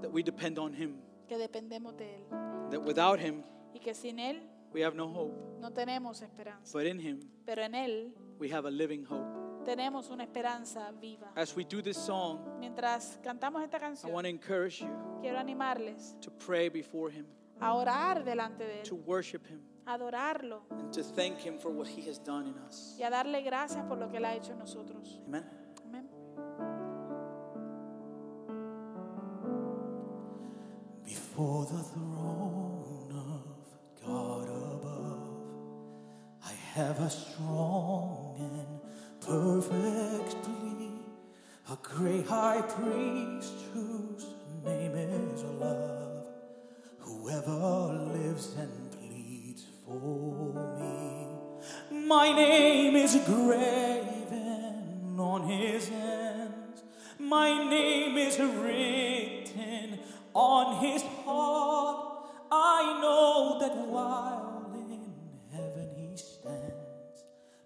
that we depend on Him,
que dependemos de Él
that without Him,
y que sin Él
we have no hope,
no tenemos esperanza.
but in Him,
Pero en Él
we have a living hope.
tenemos una esperanza viva.
As we do this song,
Mientras cantamos esta
I want
canción,
to encourage you
quiero animarles
to pray before Him,
a orar delante de
to
Él,
worship Him,
a adorarlo
and to thank Him for what He has done in us.
y a darle gracias por lo que Él ha hecho en nosotros.
Amen.
Amén.
Before the throne of God above, I have a strong and perfectly. A great high priest whose name is love. Whoever lives and bleeds for me. My name is graven on his hands. My name is written on his heart. I know that while in heaven he stands,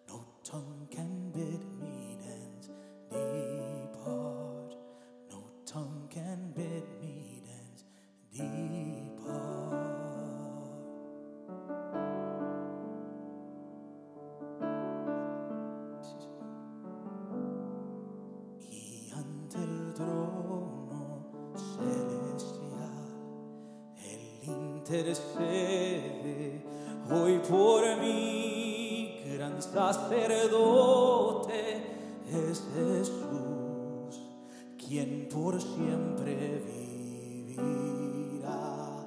no tongue can bid me dance depart. No tongue can bid me dance depart. Y ante el trono celestial, Él intercede hoy por mí, gran sacerdote es Jesús, quien por siempre vivirá.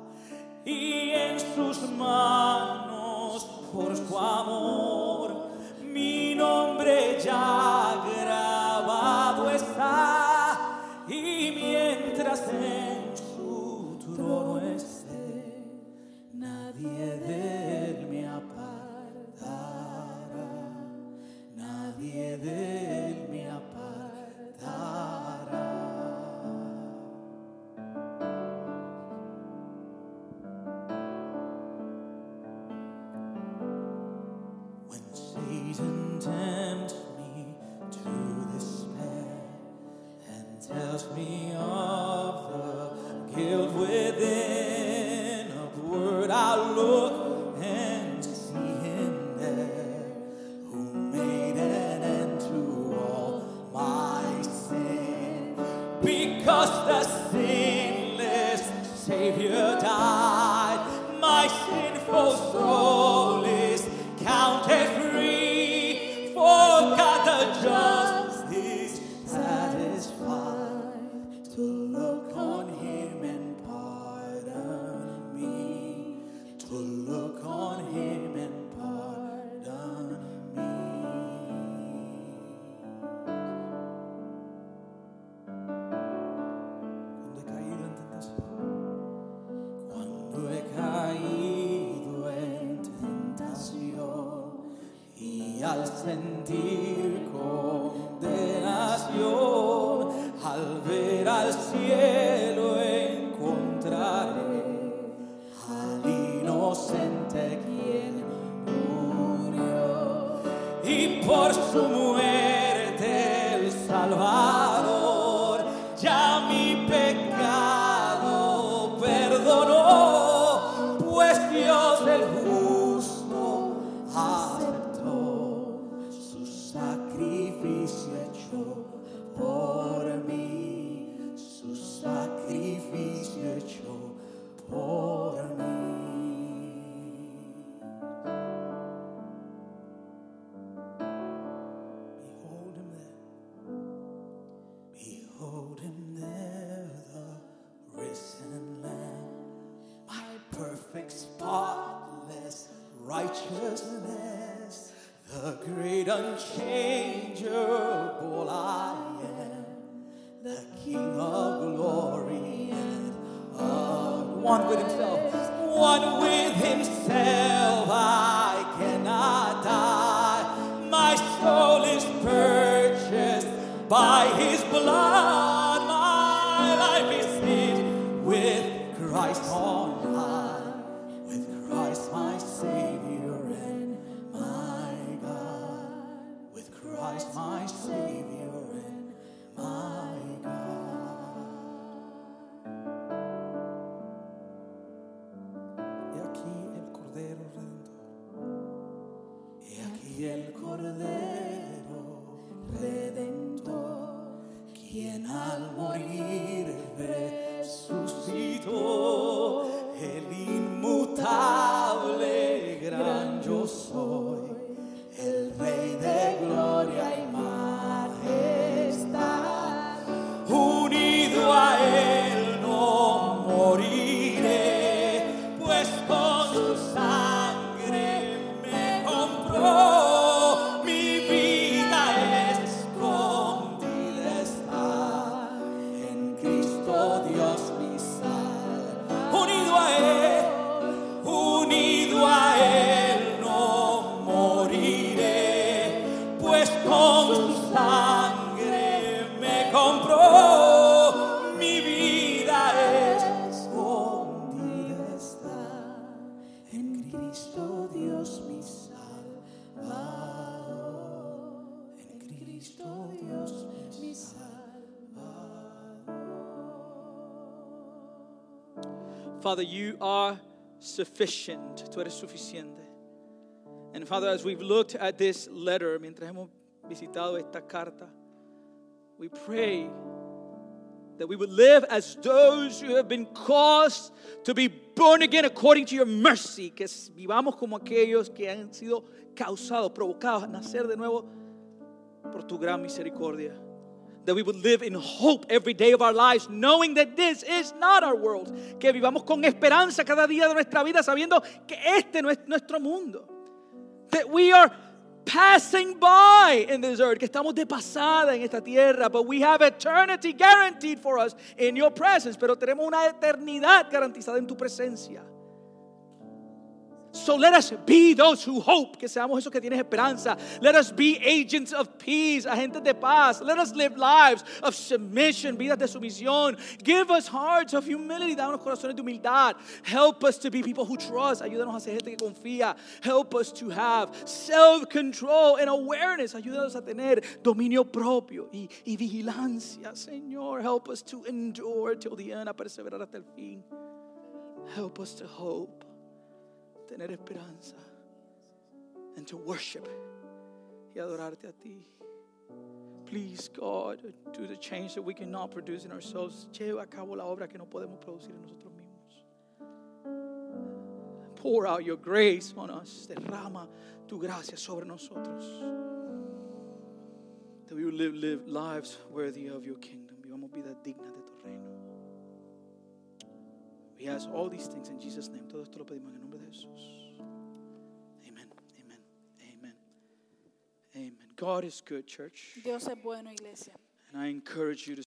Y en sus manos, por su amor, mi nombre ya grabado está. Y mientras en su trono esté, nadie de él me apartará. Nadie de él me apartará. When Satan tempts me to despair and tells me of the guilt within, upward I look and see him there who made an end to all my sin. Because the sinless Savior died, my sinful soul is counted free. For God the just is satisfied to look on Him and pardon me. To look on Him and pardon me. Cuando he caído en tentación. Cuando he caído en tentación y al sentir condenación, al ver al cielo encontraré al inocente quien murió y por su muerte el Salvador ya mi pecado perdonó pues Dios el justo aceptó su sacrificio hecho por mí su sacrificio hecho por mí Behold him there. Behold him there, the risen Lamb. My perfect, spotless righteousness. The great, unchangeable I am. The King of glory and of one with himself. One with himself. I cannot die. My soul is purchased by his blood. My life is hid with Christ on high. With Christ my Savior and my God. With Christ my Savior and my God. He aquí el Cordero Redentor. He aquí el Cordero Redentor, quien al morir resucitó, el inmutable gran yo soy, el Rey de gloria y majestad unido a él no moriré, pues con su sangre me compró mi vida pues
Father, you are sufficient. Tú eres suficiente. And Father, as we've looked at this letter, mientras hemos visitado esta carta, we pray that we would live as those who have been caused to be born again according to your mercy, que vivamos como aquellos que han sido causados, provocados a nacer de nuevo por tu gran misericordia. That we would live in hope every day of our lives, knowing that this is not our world. Que vivamos con esperanza cada día de nuestra vida, sabiendo que este no es nuestro mundo. That we are passing by in this earth. Que estamos de pasada en esta tierra. But we have eternity guaranteed for us in your presence. Pero tenemos una eternidad garantizada en tu presencia. So let us be those who hope, que seamos esos que tienen esperanza. Let us be agents of peace, agentes de paz. Let us live lives of submission, vidas de sumisión. Give us hearts of humility, danos corazones de humildad. Help us to be people who trust, ayúdanos a ser gente que confía. Help us to have self-control and awareness, ayúdanos a tener dominio propio y, y vigilancia, Señor. Help us to endure till the end, a perseverar hasta el fin. Help us to hope tener esperanza and to worship y adorarte a ti. Please, God, do the change that we cannot produce in ourselves. Lleva a cabo la obra que no podemos producir en nosotros mismos. Pour out your grace on us. Derrama tu gracia sobre nosotros. That we will live, live lives worthy of your kingdom. Vivamos vidas dignas de tu reino. We ask all these things in Jesus' name. Todo esto lo pedimos en el nombre de Jesús. Amen. Amen. Amen. Amen. God is good, church.
Dios es bueno, iglesia.
And I encourage you to.